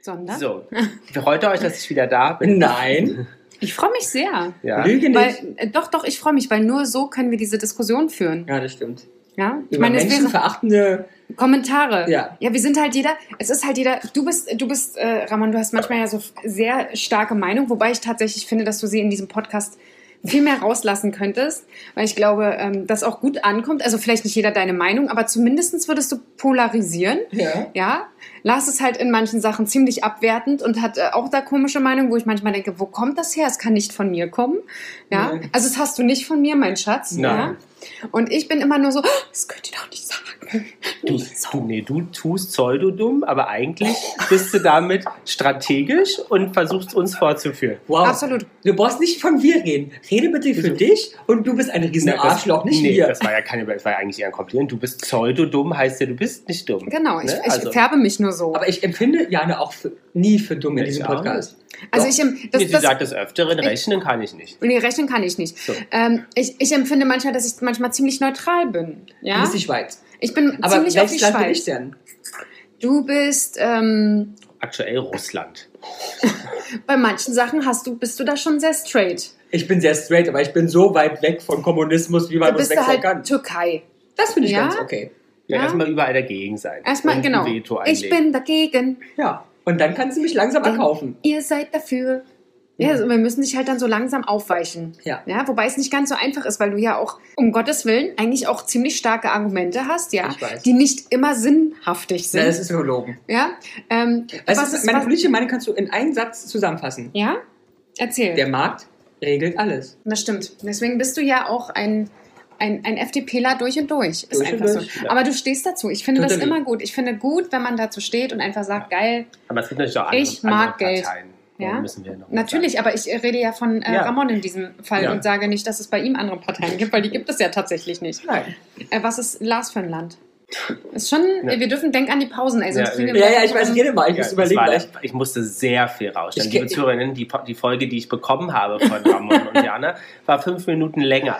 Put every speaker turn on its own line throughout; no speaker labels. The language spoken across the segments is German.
Sondern?
So, freut ihr euch, dass ich wieder da bin? Nein.
Ich freue mich sehr.
Ja,
Lüge nicht.
Weil, äh, doch, doch, ich freue mich, weil nur so können wir diese Diskussion führen.
ja, das stimmt.
Ja? Ich
Über
meine, es wäre
menschenverachtende...
Kommentare.
Ja.
ja, wir sind halt jeder, es ist halt jeder, du bist, du bist, äh, Ramon, du hast manchmal ja so f- sehr starke Meinung, wobei ich tatsächlich finde, dass du sie in diesem Podcast viel mehr rauslassen könntest, weil ich glaube, ähm, das auch gut ankommt. Also vielleicht nicht jeder deine Meinung, aber zumindestens würdest du polarisieren.
Ja.
Ja, Lars ist halt in manchen Sachen ziemlich abwertend und hat äh, auch da komische Meinungen, wo ich manchmal denke, wo kommt das her? Es kann nicht von mir kommen. Ja,
Nee.
also es hast du nicht von mir, mein Schatz.
Nein.
Ja? Und ich bin immer nur so, "Ah, das könnt ihr doch nicht sagen.
du, du, nee, du tust pseudodumm, aber eigentlich bist du damit strategisch und versuchst uns vorzuführen.
Wow.
Absolut.
Du brauchst nicht von wir reden. Rede bitte für
Bitte.
dich und du bist ein riesen
Na, das-
Arschloch, nicht
nee,
wir.
Das war ja keine, das war ja eigentlich eher ein Kompliment. Du bist pseudodumm, heißt ja, du bist nicht dumm.
Genau, ich,
Ne?
ich
Also-
färbe mich nur so.
Aber ich empfinde Jana auch für, nie für dumm in
Ich
diesem
auch
Podcast.
also
doch.
ich, em- das,
nee, sie
das,
sagt des Öfteren, rechnen kann ich nicht.
nee, rechnen kann ich nicht.
So.
Ähm, ich, ich empfinde manchmal, dass ich manchmal ziemlich neutral bin.
Du
Ja,
bist die Schweiz.
ich bin
Aber
ziemlich auf die
welches Land bin ich
Schweiz.
denn?
Du bist ähm,
Aktuell Russland.
bei manchen Sachen hast du, bist du da schon sehr straight.
Ich bin sehr straight, aber ich bin so weit weg von Kommunismus, wie
Da
man uns
bist
weg
du
sein
halt
kann.
Türkei.
Das finde ich
Ja?
ganz okay.
Ja,
Ja.
erstmal überall dagegen sein.
Erstmal,
Und ein
genau.
Veto
Ich
einlegen.
bin dagegen.
Ja. Und dann kannst du mich langsam
Dann-
erkaufen.
Ihr seid dafür. Ja, also wir müssen dich halt dann so langsam aufweichen.
Ja.
Ja, wobei es nicht ganz so einfach ist, weil du ja auch, um Gottes Willen, eigentlich auch ziemlich starke Argumente hast, ja,
Ich weiß.
die nicht immer sinnhaftig
Na, das
sind.
ist gelogen.
Ja, ähm,
Weißt
was
du,
ist,
meine
was,
politische Meinung kannst du in einen Satz zusammenfassen.
ja? erzähl.
Der Markt regelt alles.
Das stimmt. Deswegen bist du ja auch ein, ein, ein FDPler durch und durch. Ist
Durch und
einfach so.
durch, ja.
Aber du stehst dazu. Ich finde das
Totally.
immer gut. Ich finde gut, wenn man dazu steht und einfach sagt, geil.
Aber es gibt natürlich auch andere,
Ich mag
andere
Geld.
Parteien.
Ja.
Warum Müssen wir noch mal
Natürlich,
sagen?
aber ich rede ja von äh,
Ja.
Ramon in diesem Fall
Ja.
und sage nicht, dass es bei ihm andere Parteien gibt, weil die gibt es ja tatsächlich nicht.
Nein.
Äh, was ist Lars für ein Land? Ist schon,
Ja.
wir dürfen, denk an die Pausen, ey, sonst
Ja,
kriegen wir
Ja,
morgen
ja, ich weiß,
um-
ich rede mal.
Ja,
Ich muss
das
überlegen.
war,
weil
ich, ich musste sehr viel rausstellen.
Ich
Liebe
ge-
Zuhörerinnen, die, Po- die Folge, die ich bekommen habe von Ramon und Jana, war fünf Minuten länger.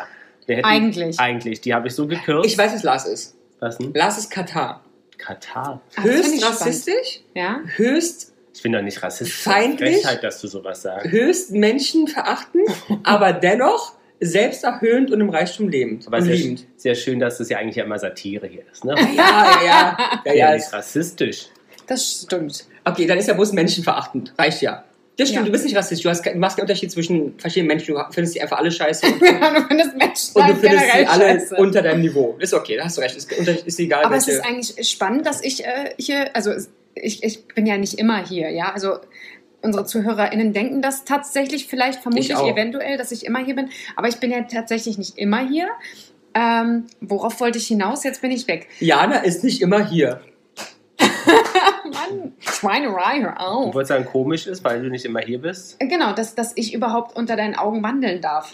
Wir hätten-
Eigentlich.
Eigentlich. Die habe ich so gekürzt.
Ich, ich weiß, was Lars ist.
Was denn?
Lars ist Katar.
Katar.
Ah, das finde
Höchst
ich spannend.
rassistisch,
Ja?
höchst,
Ich bin doch nicht rassistisch.
Feindlich?
Frechheit, dass du sowas sagst.
höchst menschenverachtend, aber dennoch selbsterhöhend und im Reichtum lebend.
Aber
und
sehr,
liebend.
sehr schön, dass das ja eigentlich ja immer Satire hier ist. Ne?
Ja, ja, ja. ja,
ja,
ja
nicht rassistisch.
Das stimmt.
okay, dann ist ja bloß menschenverachtend. Reicht ja. Das stimmt,
Ja.
du bist nicht rassistisch. Du hast, ke- machst keinen Unterschied zwischen verschiedenen Menschen. Du findest die einfach alle scheiße und,
du findest Menschen
und du findest
generell
sie alle
scheiße.
unter deinem Niveau. Ist okay, da hast du recht. Ist, unter- ist egal,
Aber es
welche.
ist eigentlich spannend, dass ich äh, hier, also es- ich, ich bin ja nicht immer hier, ja. Also unsere ZuhörerInnen denken das tatsächlich vielleicht, vermutlich
Ich auch.
eventuell, dass ich immer hier bin. Aber ich bin ja tatsächlich nicht immer hier. Ähm, worauf wollte ich hinaus? Jetzt bin ich weg.
Jana ist nicht immer hier.
Mann, Schweinerei, hör
Du
auf.
wolltest sagen, komisch ist, weil du nicht immer hier bist.
Genau, dass, dass ich überhaupt unter deinen Augen wandeln darf.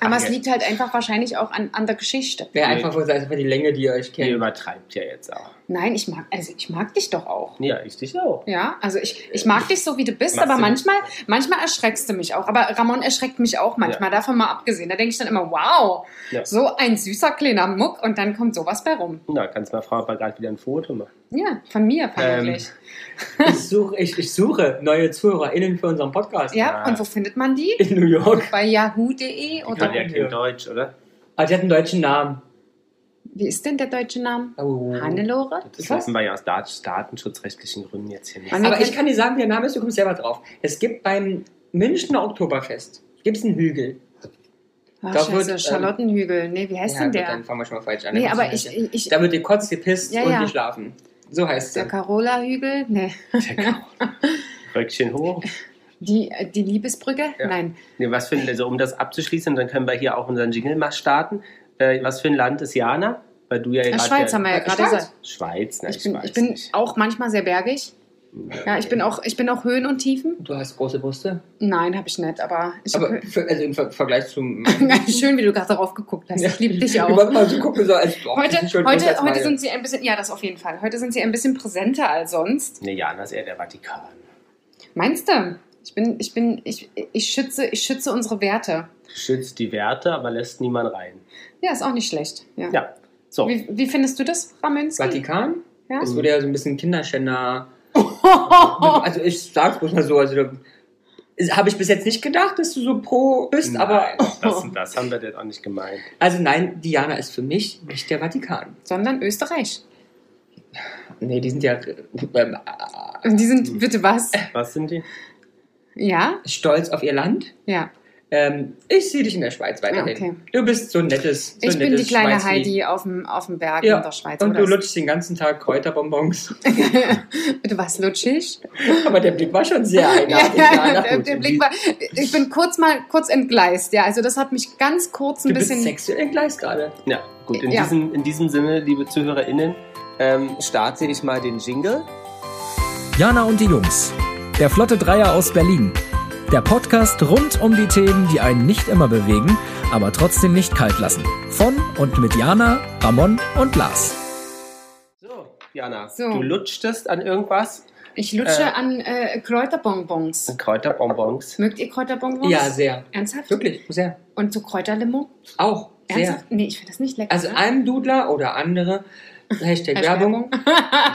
Aber
Ach,
es
ja.
liegt halt einfach wahrscheinlich auch an, an der Geschichte.
Wäre
Nee.
einfach wohl einfach die Länge, die ihr euch
Ihr
kennt.
übertreibt ja jetzt auch.
Nein, ich mag, also ich mag dich doch auch.
Ja, ich dich auch.
Ja, also ich, ich mag dich so, wie du bist,
Machst
aber
du nicht.
manchmal, manchmal erschreckst du mich auch. Aber Ramon erschreckt mich auch manchmal, davon mal abgesehen. Da denke ich dann immer, wow,
Ja.
so ein süßer kleiner Muck und dann kommt sowas bei rum.
Na, kannst mal fragen, ob er gerade wieder ein Foto Ähm, macht.
Ja, von mir vermutlich.
Ähm, Ich suche, ich, ich suche neue ZuhörerInnen für unseren Podcast.
ja,
ja.
und wo findet man die?
In New York.
Bei yahoo.de
Oh,
Die
oder
kann ja kein
Ja.
Deutsch, oder?
Ah, die hat einen deutschen Namen.
wie ist denn der deutsche Name?
Oh.
Hannelore?
Das
Ich weiß-
wissen wir ja aus Dat- datenschutzrechtlichen Gründen jetzt hier nicht.
An-
Aber ich kann dir sagen, wie der Name ist, du kommst selber drauf. Es gibt beim Münchner Oktoberfest gibt's einen Hügel.
Ach,
Da
scheiße,
wird, ähm,
Charlottenhügel. Nee, wie heißt denn
gut,
der?
Dann fangen wir schon mal falsch an.
Nee,
Dann
aber
kommst
ich,
du
ich,
nicht. Da wird gekotzt, gepisst
Ja,
und
ja.
geschlafen. So heißt
der
es.
Carola-Hügel? Nee.
Röckchen hoch.
Die, die Liebesbrücke?
Ja.
Nein.
Nee, was für ein, also um das abzuschließen, dann können wir hier auch unseren Jingle mal starten. Äh, was für ein Land ist Jana? Weil du ja
Äh,
gerade.
Schweiz
ja,
haben wir ja
Stadt?
gerade gesagt.
Schweiz, ne?
Ich bin,
weiß
ich bin
nicht.
auch manchmal sehr bergig. Ja, ich bin auch, ich bin auch Höhen und Tiefen.
Du hast große Brüste.
Nein, habe ich nicht, aber ich
Aber
habe
für, also im Ver Vergleich zum.
schön, wie du gerade darauf geguckt hast. Ich liebe dich
Du
auch.
warst mal so gucken, so als boah, die
Heute,
sind schon größer als
heute, heute
meine.
sind sie ein bisschen, ja, das auf jeden Fall. Heute sind sie ein bisschen präsenter als sonst.
Nee, Jana ist eher der Vatikan.
Meinst du? Ich bin, ich bin, ich, ich schütze, ich schütze unsere Werte.
Schützt die Werte, aber lässt niemand rein.
Ja, ist auch nicht schlecht. Ja.
Ja, so.
Wie, wie findest du das, Ramönski?
Vatikan?
Ja?
Das wurde ja so ein bisschen Kinderschänder.
Oh.
Also ich sag's bloß mal so, also da- ist- habe ich bis jetzt nicht gedacht, dass du so pro bist, aber
Nein, das und das haben wir denn auch nicht gemeint.
also nein, Diana ist für mich nicht der Vatikan.
Sondern Österreich.
Nee, die sind ja ähm, äh,
Und die sind, bitte was?
Was sind die?
Ja?
stolz auf ihr Land.
Ja.
Ähm, ich sehe dich in der Schweiz weiterhin.
Ja, Ah, okay.
Du bist so ein nettes. So ein
Ich bin
nettes
die kleine
Schweizli.
Heidi auf dem, auf dem Berg
Ja.
in der Schweiz.
Und
oder
du
was?
lutschst den ganzen Tag Kräuterbonbons.
bitte was, lutschig?
Aber der Blick war schon sehr
Ja,
eigenartig.
ja,
Diana.
der, der Blick war, ich bin kurz mal kurz entgleist, ja. Also das hat mich ganz kurz ein
du bist
bisschen.
sexuell entgleist gerade.
Ja, gut. In,
Ja.
Diesem, in diesem Sinne, liebe ZuhörerInnen, ähm, starte ich mal den Jingle.
Jana und die Jungs. Der Flotte Dreier aus Berlin. Der Podcast rund um die Themen, die einen nicht immer bewegen, aber trotzdem nicht kalt lassen. Von und mit Jana, Ramon und Lars.
So, Jana,
So.
du lutschtest an irgendwas?
Ich lutsche
Äh.
an äh, Kräuterbonbons.
An Kräuterbonbons.
Mögt ihr Kräuterbonbons?
Ja, sehr.
Ernsthaft?
Wirklich, sehr.
Und so Kräuterlimo?
Auch, sehr.
Ernsthaft? Nee, ich finde das nicht lecker.
Also
ne?
einem Dudler oder andere, Hashtag
Als
Werbung,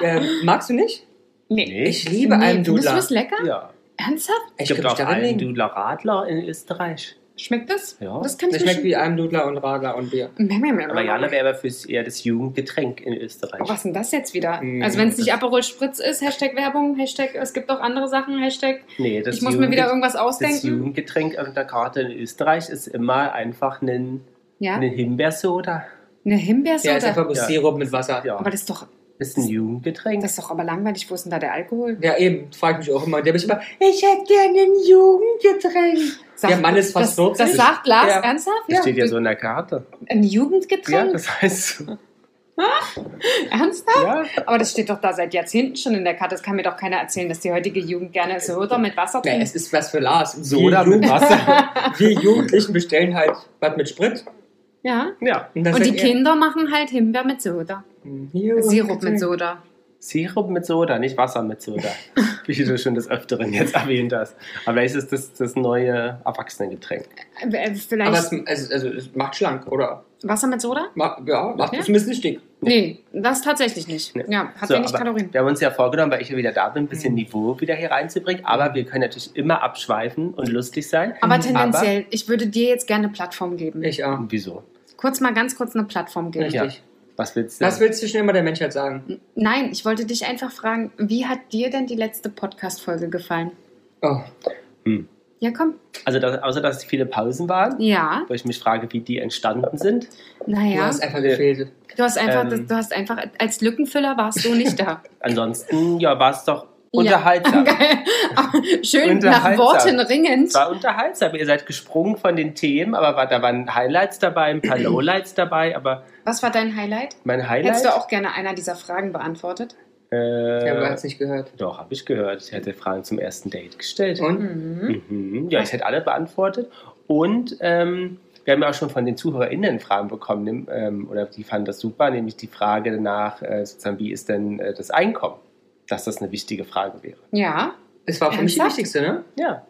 ähm, magst du nicht?
Nee.
Nee.
Ich liebe
nee,
einen
Findest du
Dudler.
es lecker?
Ja.
Ernsthaft?
Ich
Es
könnte
gibt
mich
auch
daran
einen
legen.
Dudler Radler in Österreich.
Schmeckt das?
Ja.
Das kann ich
Das
mir
schmeckt wie einem Dudler und Radler und Bier.
schon- Mäh, mäh, mäh, mäh,
Aber
mäh.
Jana wäre aber fürs eher das Jugendgetränk in Österreich.
Oh, was ist denn das jetzt wieder?
Mhm.
Also wenn es nicht Aperol Spritz ist, Hashtag Werbung, Hashtag, es gibt auch andere Sachen, Hashtag,
Nee, das
ich muss mir wieder
Jugendget-
irgendwas
Das
ausdenken.
Jugendgetränk auf der Karte in Österreich ist immer einfach ein,
Ja,
eine Himbeersoda.
eine
Ja, ist
Himbeersoda.
einfach bloß
Ja.
Sirup mit Wasser.
Ja,
aber das ist, doch,
das ist ein Jugendgetränk.
das ist doch aber langweilig. Wo ist denn da der Alkohol?
Ja, eben, frage ich mich auch immer. Der mich immer, ich hätte gerne ein Jugendgetränk.
Sag-
Der Mann ist fast
das,
40.
Das sagt Lars
Ja.
ernsthaft?
Das steht ja
Du-
so in der Karte.
Ein
Ja,
Jugendgetränk?
das heißt so.
ernsthaft?
Ja.
Aber das steht doch da seit Jahrzehnten schon in der Karte. Das kann mir doch keiner erzählen, dass die heutige Jugend gerne Soda mit Wasser
Ja,
trinkt.
es ist was für Lars.
Soda mit Wasser.
Wir Jugendlichen bestellen halt was mit Sprit.
Ja.
ja.
dann
Und die
sagt er,
Kinder machen halt Himbeer mit Soda.
"Hm, hier,
Sirup mit
Getränk."
Soda.
Sirup mit Soda, nicht Wasser mit Soda. Wie du schon des Öfteren jetzt erwähnt hast. Aber vielleicht ist das das neue Erwachsenengetränk.
Äh, äh,
Aber
Vielleicht
es, es, also, es macht schlank, oder?
Wasser mit Soda?
Ma- Ja, macht
Ja.
es ein bisschen dick.
Nee, das tatsächlich nicht.
Nee.
Ja, hat
So,
wenig
aber Ähm,
Kalorien.
Wir haben uns ja vorgenommen, weil ich ja wieder da bin, ein bisschen
Mhm.
Niveau wieder hier reinzubringen. Aber wir können natürlich immer abschweifen und lustig sein.
Mhm.
Mhm.
Aber tendenziell, ich würde dir jetzt gerne eine Plattform geben.
Ich auch.
Wieso?
kurz mal ganz kurz eine Plattform geben.
Ja.
Richtig.
Was willst du?
Was willst du schon immer der Menschheit sagen?
Nein, ich wollte dich einfach fragen, wie hat dir denn die letzte Podcast-Folge gefallen?
Oh,
Ja, komm.
also, dass, außer dass es viele Pausen waren,
Ja,
wo ich mich frage, wie die entstanden sind.
du
naja.
hast einfach gefehlt.
Du hast einfach,
Ähm.
du hast einfach, als Lückenfüller warst du nicht da.
Ansonsten, ja, war es doch
Ja.
unterhaltsam.
Geil. Schön nach
Unterhaltsam.
Worten ringend.
Es war unterhaltsam. Ihr seid gesprungen von den Themen, aber war, da waren Highlights dabei, ein paar Lowlights dabei, aber
Was war dein Highlight?
mein Highlight.
Hättest du auch gerne einer dieser Fragen beantwortet?
Äh,
Ja, aber du hast nicht gehört.
Doch, habe ich gehört. Ich hätte Fragen zum ersten Date gestellt.
Und?
Mhm.
Mhm. Ja, ich hätte alle beantwortet. Und ähm, wir haben ja auch schon von den ZuhörerInnen Fragen bekommen, nimm- ähm, oder die fanden das super, nämlich die Frage nach, äh, sozusagen, wie ist denn äh, das Einkommen? Dass das eine wichtige Frage wäre.
Ja.
Es war für mich die
Ernsthaft?
wichtigste, ne?
Ja.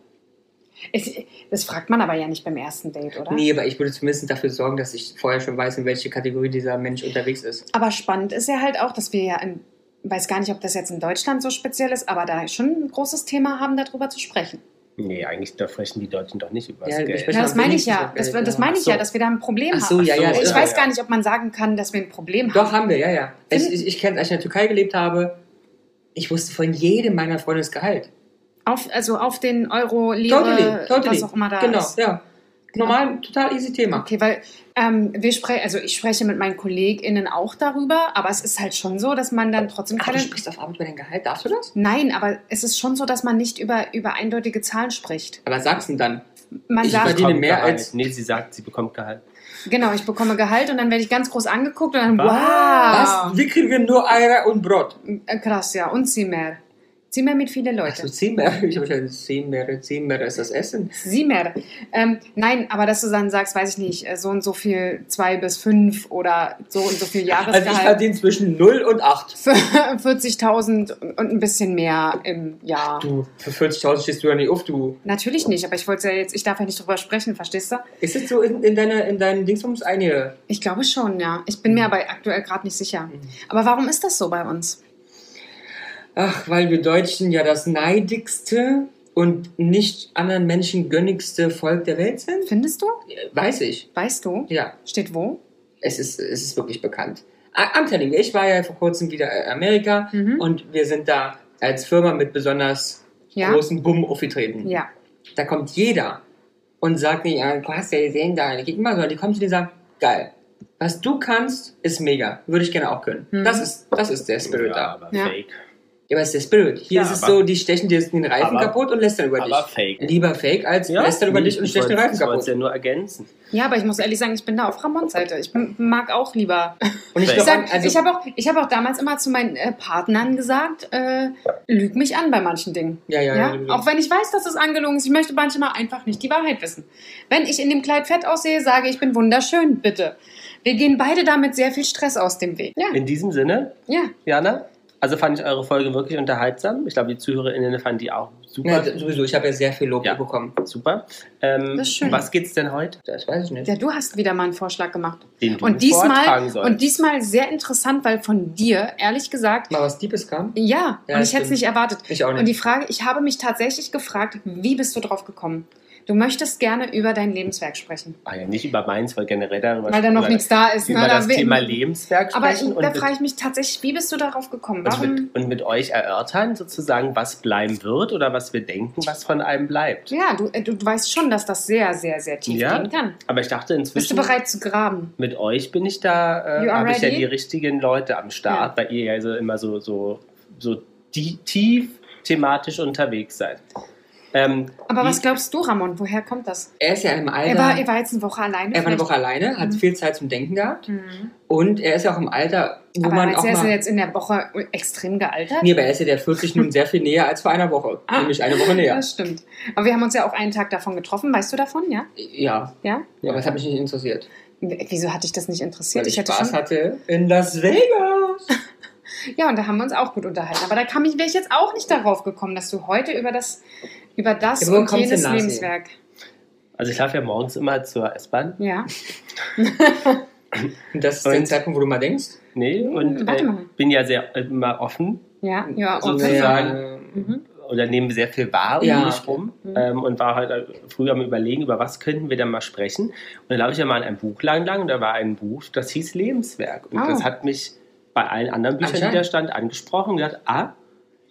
Es, das fragt man aber ja nicht beim ersten Date, oder?
Nee, aber ich würde zumindest dafür sorgen, dass ich vorher schon weiß, in welche Kategorie dieser Mensch unterwegs ist.
Aber spannend ist ja halt auch, dass wir ja in, weiß gar nicht, ob das jetzt in Deutschland so speziell ist, aber da schon ein großes Thema haben, darüber zu sprechen.
Nee, eigentlich da sprechen die Deutschen doch nicht über das
Ja, ich
Geld.
weiß-
Ja, das meine ich ja.
Nicht
Das,
so Geld,
das
ja.
meine ich
Ach so.
ja, dass wir da ein Problem
Ach so,
haben.
ja, ja.
Ach so,
ich
ja.
weiß
ja.
gar nicht, ob man sagen kann, dass wir ein Problem haben.
Doch, haben wir, ja, ja. Ich,
Finden-
ich, ich kenne, als ich in der Türkei gelebt habe, ich wusste von jedem meiner Freunde das Gehalt.
Auf, also auf den Euro, Lire,
Totally, totally.
was auch immer da
genau,
ist. Genau.
ja. Normal, total easy Thema.
Okay, weil ähm, wir sprechen, also ich spreche mit meinen KollegInnen auch darüber, aber es ist halt schon so, dass man dann trotzdem
Ach, du
keine.
sprichst auf Abend über dein Gehalt, darfst du das?
Nein, aber es ist schon so, dass man nicht über, über eindeutige Zahlen spricht.
Aber sag's denn dann.
Man
Ich
sagt,
verdiene mehr
Gehalt.
als-
Nee, sie sagt, sie bekommt Gehalt.
genau, ich bekomme Gehalt und dann werde ich ganz groß angeguckt und dann,
Was?
wow.
Wir kriegen nur Eier und Brot.
Äh, Krass, ja, und sie mehr. Sie mehr mit vielen
Also
Leuten.
zehn mehr, ich habe schon zehn mehr, zehn mehr ist das Essen.
Sie mehr. Ähm, nein, aber dass du dann sagst, weiß ich nicht, äh, so und so viel, zwei bis fünf oder so und so viel
Also ich
Jahresgehalt.
verdiene zwischen 0 und 8.
für 40.000 und ein bisschen mehr im Jahr.
Du, für 40.000 stehst du ja nicht auf, du.
Natürlich nicht, aber ich wollte ja jetzt, ich darf ja nicht drüber sprechen, verstehst du?
Ist es so in, in, deine, in deinen Dingsums einige?
Ich glaube
Mhm.
schon, ja. Ich bin mir aber aktuell gerade nicht sicher. Aber warum ist das so bei uns?
Ach, weil wir Deutschen ja das neidigste und nicht anderen Menschen gönnigste Volk der Welt sind?
Findest du?
Weiß ich.
Weißt du?
Ja,
Steht wo?
es ist, es ist wirklich bekannt. A- Am Telling, ich war ja vor kurzem wieder in Amerika
Mhm.
und wir sind da als Firma mit besonders
Ja.
großen Bumm aufgetreten.
Ja.
Da kommt jeder und sagt nicht, ah, du hast ja gesehen, da geht immer so. Die kommen zu dir und sagen, geil. Was du kannst, ist mega. Würde ich gerne auch können.
Mhm.
Das, ist, das ist der Spirit
Ja,
da.
aber
Ja.
fake.
Ja, aber es ist der Spirit. Hier
Ja,
ist es
aber-
so, die stechen dir den Reifen
aber-
kaputt und lästern über
Aber
dich.
fake.
Lieber Fake als lästern über dich und stechen den Reifen
Ich wollte es
kaputt.
ja nur ergänzen.
Ja, aber ich muss ehrlich sagen, ich bin da auf Ramons Seite. Ich m- mag auch lieber.
Und ich
Fake.
Ich,
glaube,
sag,
also,
ich habe auch, ich hab auch damals immer zu meinen äh, Partnern gesagt, äh, lüg mich an bei manchen Dingen.
ja, ja,
Ja,
ja, ja.
auch wenn ich weiß, dass es angelogen ist, ich möchte manchmal einfach nicht die Wahrheit wissen. Wenn ich in dem Kleid fett aussehe, sage ich, bin wunderschön, bitte. Wir gehen beide damit sehr viel Stress aus dem Weg. Ja,
In diesem Sinne,
ja.
Jana, also fand ich eure Folge wirklich unterhaltsam. Ich glaube, die ZuhörerInnen fanden die auch
Ja,
super.
d- sowieso, ich habe ja sehr viel Lob
Ja.
bekommen.
super. Ähm,
Das ist schön.
Was geht's denn heute?
Das weiß ich nicht.
Ja, du hast wieder mal einen Vorschlag gemacht.
Den du
Und
vortragen
diesmal,
sollst.
und diesmal sehr interessant, weil von dir, ehrlich gesagt,
Mal was Deepes kam?
ja,
Ja,
und
das
ich hätte es
stimmt.
nicht erwartet.
Ich auch
Und die
nicht.
Frage, ich habe mich tatsächlich gefragt, wie bist du drauf gekommen? Du möchtest gerne über dein Lebenswerk sprechen,
Ah ja, nicht über meins, weil generell darüber
weil da noch
über,
nichts da ist.
über
ne?
das
da,
Thema Lebenswerk
aber
sprechen
da
und, Also
frage ich mich tatsächlich, wie bist du darauf gekommen?
mit, und,
Warum?
mit, und mit euch erörtern sozusagen, was bleiben wird oder was wir denken, was von einem bleibt.
Ja, du, äh, du weißt schon, dass das sehr, sehr, sehr tief
Ja.
gehen kann.
Aber ich dachte
Bist du
inzwischen,
bereit zu graben?
mit euch bin ich da, äh,
You are
habe ich ja
ready?
die richtigen Leute am Start, weil ihr ja so immer so, so, so die, tief thematisch unterwegs seid. Ähm,
Aber
wie-
was glaubst du, Ramon? Woher kommt das?
Er ist ja im Alter.
Er war, er war jetzt eine Woche alleine.
Er war eine Woche
vielleicht-
alleine, hat
Mhm.
viel Zeit zum Denken gehabt.
Mhm.
Und er ist ja auch im Alter, wo
Aber
man
meinst
auch
du, er ist
mal...
jetzt in der Woche extrem gealtert?
Nee, aber er ist ja der 40 nun sehr viel näher als vor einer Woche.
Ah.
Nämlich eine Woche näher.
Das stimmt. Aber wir haben uns ja auch einen Tag davon getroffen. Weißt du davon, ja?
Ja,
Ja?
aber es hat mich nicht interessiert.
W- Wieso hatte ich das nicht interessiert?
Weil ich
Ich hätte
Spaß
schon.
hatte in Las Vegas.
Ja, und da haben wir uns auch gut unterhalten. Aber da kam ich, wäre ich jetzt auch nicht darauf gekommen, dass du heute über das, über das
Ja, wo
und
kommst du
jenes
denn nach,
Lebenswerk.
Also ich laufe ja morgens immer zur S-Bahn.
Ja.
Und das ist der
Und-
Zeitpunkt, wo du mal denkst.
Nee, und
Hm, Warte
äh,
mal.
bin ja sehr äh, immer offen
Ja, ja.
So
Also,
und-
eine-
Sozusagen.
Mhm.
oder nehmen sehr viel wahr um
Ja.
mich rum
Mhm.
ähm, und war halt früher am Überlegen, über was könnten wir denn mal sprechen. Und dann laufe ich ja mal an einem Buch lang lang und da war ein Buch, das hieß Lebenswerk. Und
Ah.
das hat mich bei allen anderen Büchern, die da
Anscheinend.
stand, angesprochen und gedacht, ah,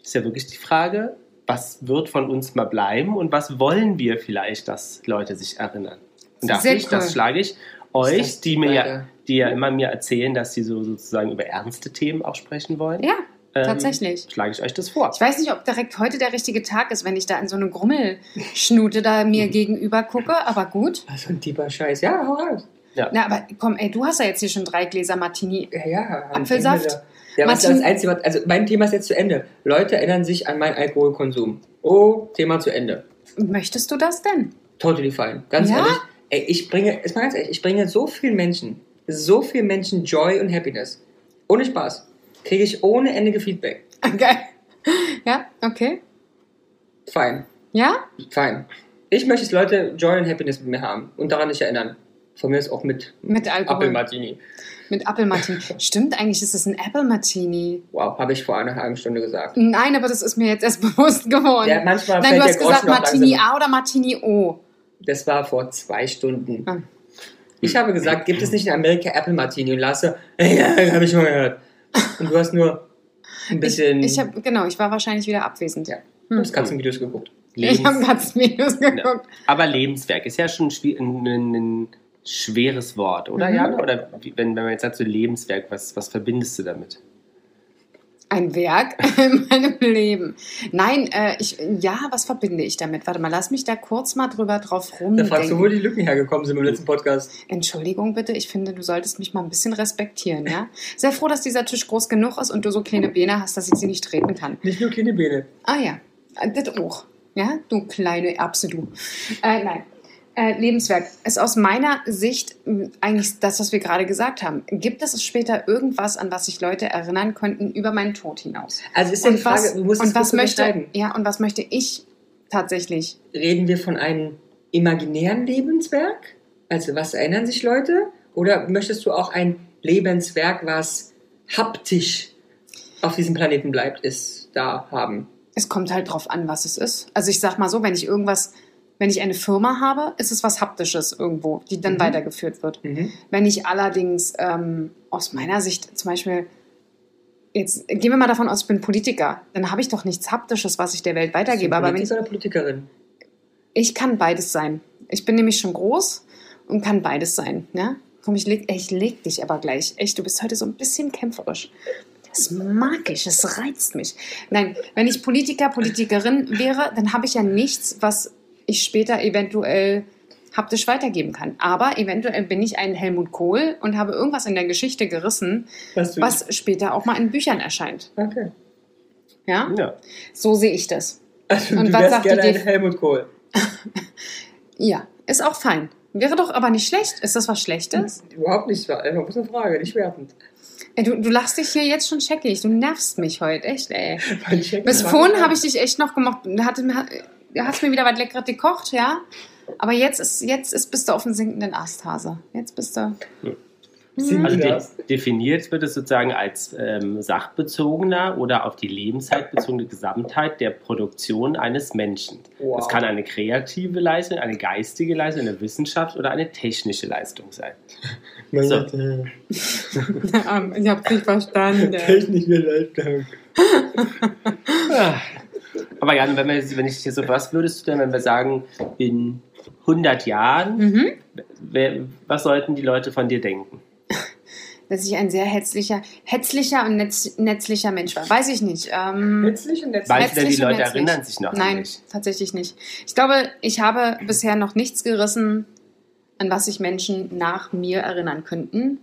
ist ja wirklich die Frage, was wird von uns mal bleiben und was wollen wir vielleicht, dass Leute sich erinnern. Und da
Sehr
ich,
cool.
das schlage ich euch,
Das-
die mir ja,
Alter.
die ja immer mir erzählen, dass sie so sozusagen über ernste Themen auch sprechen wollen.
Ja,
ähm,
tatsächlich.
Schlage ich euch das vor.
Ich weiß nicht, ob direkt heute der richtige Tag ist, wenn ich da in so eine Grummelschnute da mir gegenüber gucke, aber gut.
Was für ein tiefer Scheiß. Ja, hau raus.
Na, aber komm, ey, du hast ja jetzt hier schon drei Gläser Martini.
Ja, ja.
Apfelsaft?
Ja, was
Martin-
das Einzige, was, also mein Thema ist jetzt zu Ende. Leute erinnern sich an meinen Alkoholkonsum. Oh, Thema zu Ende.
Möchtest du das denn?
Totally fine. Ganz
Ja?
ehrlich. Ey, ich bringe, ist mal ganz ehrlich, ich bringe so vielen Menschen, so vielen Menschen Joy und Happiness. Ohne Spaß. Kriege ich ohne Ende Feedback.
Ah, Geil. Ja, okay.
Fein.
Ja?
Fein. Ich möchte, dass Leute Joy und Happiness mit mir haben und daran nicht erinnern. Von mir ist auch mit
Mit Alkohol.
Apple Martini.
Mit Apple Martini. Stimmt, eigentlich ist es ein Apple Martini.
Wow, habe ich vor einer halben Stunde gesagt.
Nein, aber das ist mir jetzt erst bewusst geworden.
Ja, manchmal
Nein, du
fällt
hast
der
gesagt
Groschen auch
Martini
langsam.
A oder Martini O.
Das war vor zwei Stunden.
Ah.
Ich habe gesagt, gibt es nicht in Amerika Apple Martini? Und Lasse, ja, habe ich schon gehört. Und du hast nur ein bisschen.
Ich, ich hab, Hm. genau, ich war wahrscheinlich wieder abwesend.
Ja. du hast Katzenvideos geguckt.
Ich habe ganz Videos geguckt.
Aber Lebenswerk ist ja schon schwi- ein, ein, ein schweres Wort, oder
Mhm.
Jana? Oder wie- wenn, wenn man jetzt sagt, so Lebenswerk, was, was verbindest du damit?
Ein Werk in meinem Leben. Nein, äh, ich, ja, was verbinde ich damit? Warte mal, lass mich da kurz mal drüber drauf
Da fragst du, wo
rumdenken.
die Lücken hergekommen sind im letzten Podcast.
Entschuldigung bitte, ich finde, du solltest mich mal ein bisschen respektieren, ja? Sehr froh, dass dieser Tisch groß genug ist und du so kleine Beine hast, dass ich sie nicht treten kann.
Nicht nur kleine Bene.
Ah ja, das auch. Ja, du kleine Erbse, du. Äh, nein. Äh, Lebenswerk ist aus meiner Sicht mh, eigentlich das, was wir gerade gesagt haben. Gibt es später irgendwas, an was sich Leute erinnern könnten über meinen Tod hinaus?
Also ist ja die Frage,
was,
du musst es
und was
gut
möchte,
unterscheiden.
ja, und was möchte ich tatsächlich?
Reden wir von einem imaginären Lebenswerk? Also, was erinnern sich Leute? Oder möchtest du auch ein Lebenswerk, was haptisch auf diesem Planeten bleibt, ist? da haben?
Es kommt halt drauf an, was es ist. Also ich sag mal so, wenn ich irgendwas, wenn ich eine Firma habe, ist es was Haptisches irgendwo, die dann
Mhm.
weitergeführt wird. Wenn ich allerdings ähm, aus meiner Sicht zum Beispiel, jetzt gehen wir mal davon aus, ich bin Politiker, dann habe ich doch nichts Haptisches, was ich der Welt weitergebe. Aber wenn ich,
Politiker oder Politikerin?
ich kann beides sein. Ich bin nämlich schon groß und kann beides sein. Ne? Komm, ich leg, ich leg dich aber gleich. Echt, du bist heute so ein bisschen kämpferisch. Das mag ich, das reizt mich. Nein, wenn ich Politiker, Politikerin wäre, dann habe ich ja nichts, was ich später eventuell haptisch weitergeben kann. Aber eventuell bin ich ein Helmut Kohl und habe irgendwas in der Geschichte gerissen,
Was? du-
was später auch mal in Büchern erscheint.
Okay.
Ja,
Ja.
so sehe ich das.
Also,
Und
du
was
wärst
sagt die
gerne ein
Def-
Helmut Kohl.
Ja, ist auch fein. Wäre doch aber nicht schlecht. Ist das was Schlechtes?
Überhaupt nicht. war Einfach bloß eine Frage, nicht wertend.
Ey, du, du lachst dich hier jetzt schon scheckig. Du nervst mich heute, echt, ey. Bis
War-
vorhin habe ich dich echt noch gemacht. Du hatte, mir- du hast mir wieder was Leckeres gekocht, ja? Aber jetzt, ist, jetzt ist, bist du auf dem sinkenden Asthase. Jetzt bist du. Hm,
Sind
Also
die
de
das?
definiert wird es sozusagen als ähm, sachbezogener oder auf die Lebenszeit bezogene Gesamtheit der Produktion eines Menschen.
Wow.
Das kann eine kreative Leistung, eine geistige Leistung, eine Wissenschaft oder eine technische Leistung sein.
Mein
So.
Gott, äh,
Ähm, ich hab's nicht verstanden.
Technische Leistung.
Ah. Aber Jan, wenn, wir, jetzt- wenn ich hier so, was würdest du denn, wenn wir sagen, in 100 Jahren,
Mhm.
wer, was sollten die Leute von dir denken?
Dass ich ein sehr hetzlicher, hetzlicher und netz, netzlicher Mensch war. Weiß ich nicht. Ähm,
Nützlich und netzlich.
Weißt du denn, die
Herzlich und
Leute
herzlich.
erinnern sich noch an
nein,
dich?
tatsächlich nicht. Ich glaube, ich habe bisher noch nichts gerissen, an was sich Menschen nach mir erinnern könnten.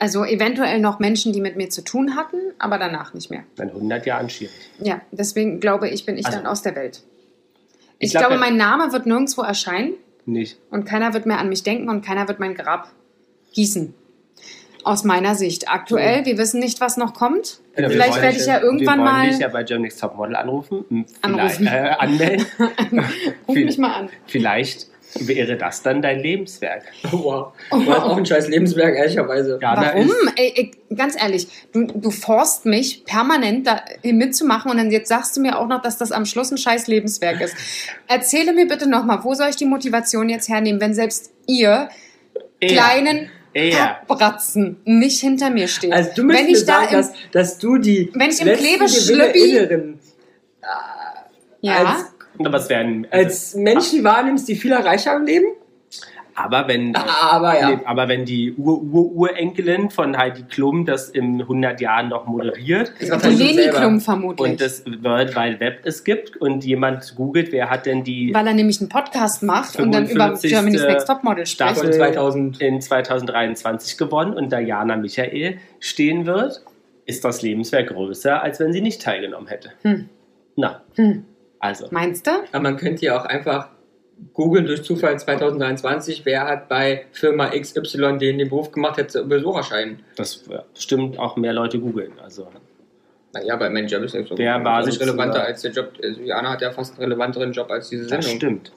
Also eventuell noch Menschen, die mit mir zu tun hatten, aber danach nicht mehr.
In 100 Jahren schwierig.
Ja, deswegen glaube ich, bin ich
Also-
dann aus der Welt.
Ich
Ich,
glaub,
glaube,
ja-
mein Name wird nirgendwo erscheinen
Nicht.
und keiner wird mehr an mich denken und keiner wird mein Grab gießen. Aus meiner Sicht. Aktuell, wir wissen nicht, was noch kommt.
Ja, Genau, wir
Vielleicht
wollen
werde ich ja irgendwann
wir wollen
mal.
dich ja bei Germany's Top Model anrufen. Hm,
Anrufen.
vielleicht, Äh, anmelden.
Ruf mich mal an.
Vielleicht wäre das dann dein Lebenswerk.
Wow. Du hast auch ein scheiß Lebenswerk, ehrlicherweise.
Jana
Warum?
Ist,
Ey, ey, ganz ehrlich, du, du forst mich permanent da mitzumachen und dann jetzt sagst du mir auch noch, dass das am Schluss ein scheiß Lebenswerk ist. Erzähle mir bitte nochmal, wo soll ich die Motivation jetzt hernehmen, wenn selbst ihr
er,
kleinen
Er.
Kackbratzen nicht hinter mir steht.
Also du möchtest
wenn ich da
sagen,
im,
dass, dass du die
Wenn ich im
letzten
Klebeschlüppi-
Gewinnerinnen
ja,
Aber es werden.
als, als Menschen wahrnimmst, die viel erreicher im Leben.
aber wenn.
Ah,
Aber ja.
Nee, aber wenn die Ur-Ur-Urenkelin von Heidi Klum das in 100 Jahren noch moderiert
Das war
die
vielleicht schon
Leni
selber.
Klum vermutlich.
und das World Wide Web es gibt und jemand googelt, wer hat denn die
weil er nämlich einen Podcast macht und dann über
55.
Germany's Next Topmodel spricht.
Von 2000.
in 2023 gewonnen und Diana Michael stehen wird, ist das Lebenswerk größer, als wenn sie nicht teilgenommen hätte.
Hm.
Na,
Hm.
also.
Meinst du?
Aber man könnte ja auch einfach googeln durch Zufall 2023, wer hat bei Firma XY den, den Beruf gemacht, hätte Besucherschein.
Das äh, stimmt auch mehr Leute googeln. Also
Naja, bei meinem Job ist das so.
Wer war
Das ist
sich-
relevanter als der Job. Also Jana hat ja fast einen relevanteren Job als diese
das
Sendung.
stimmt.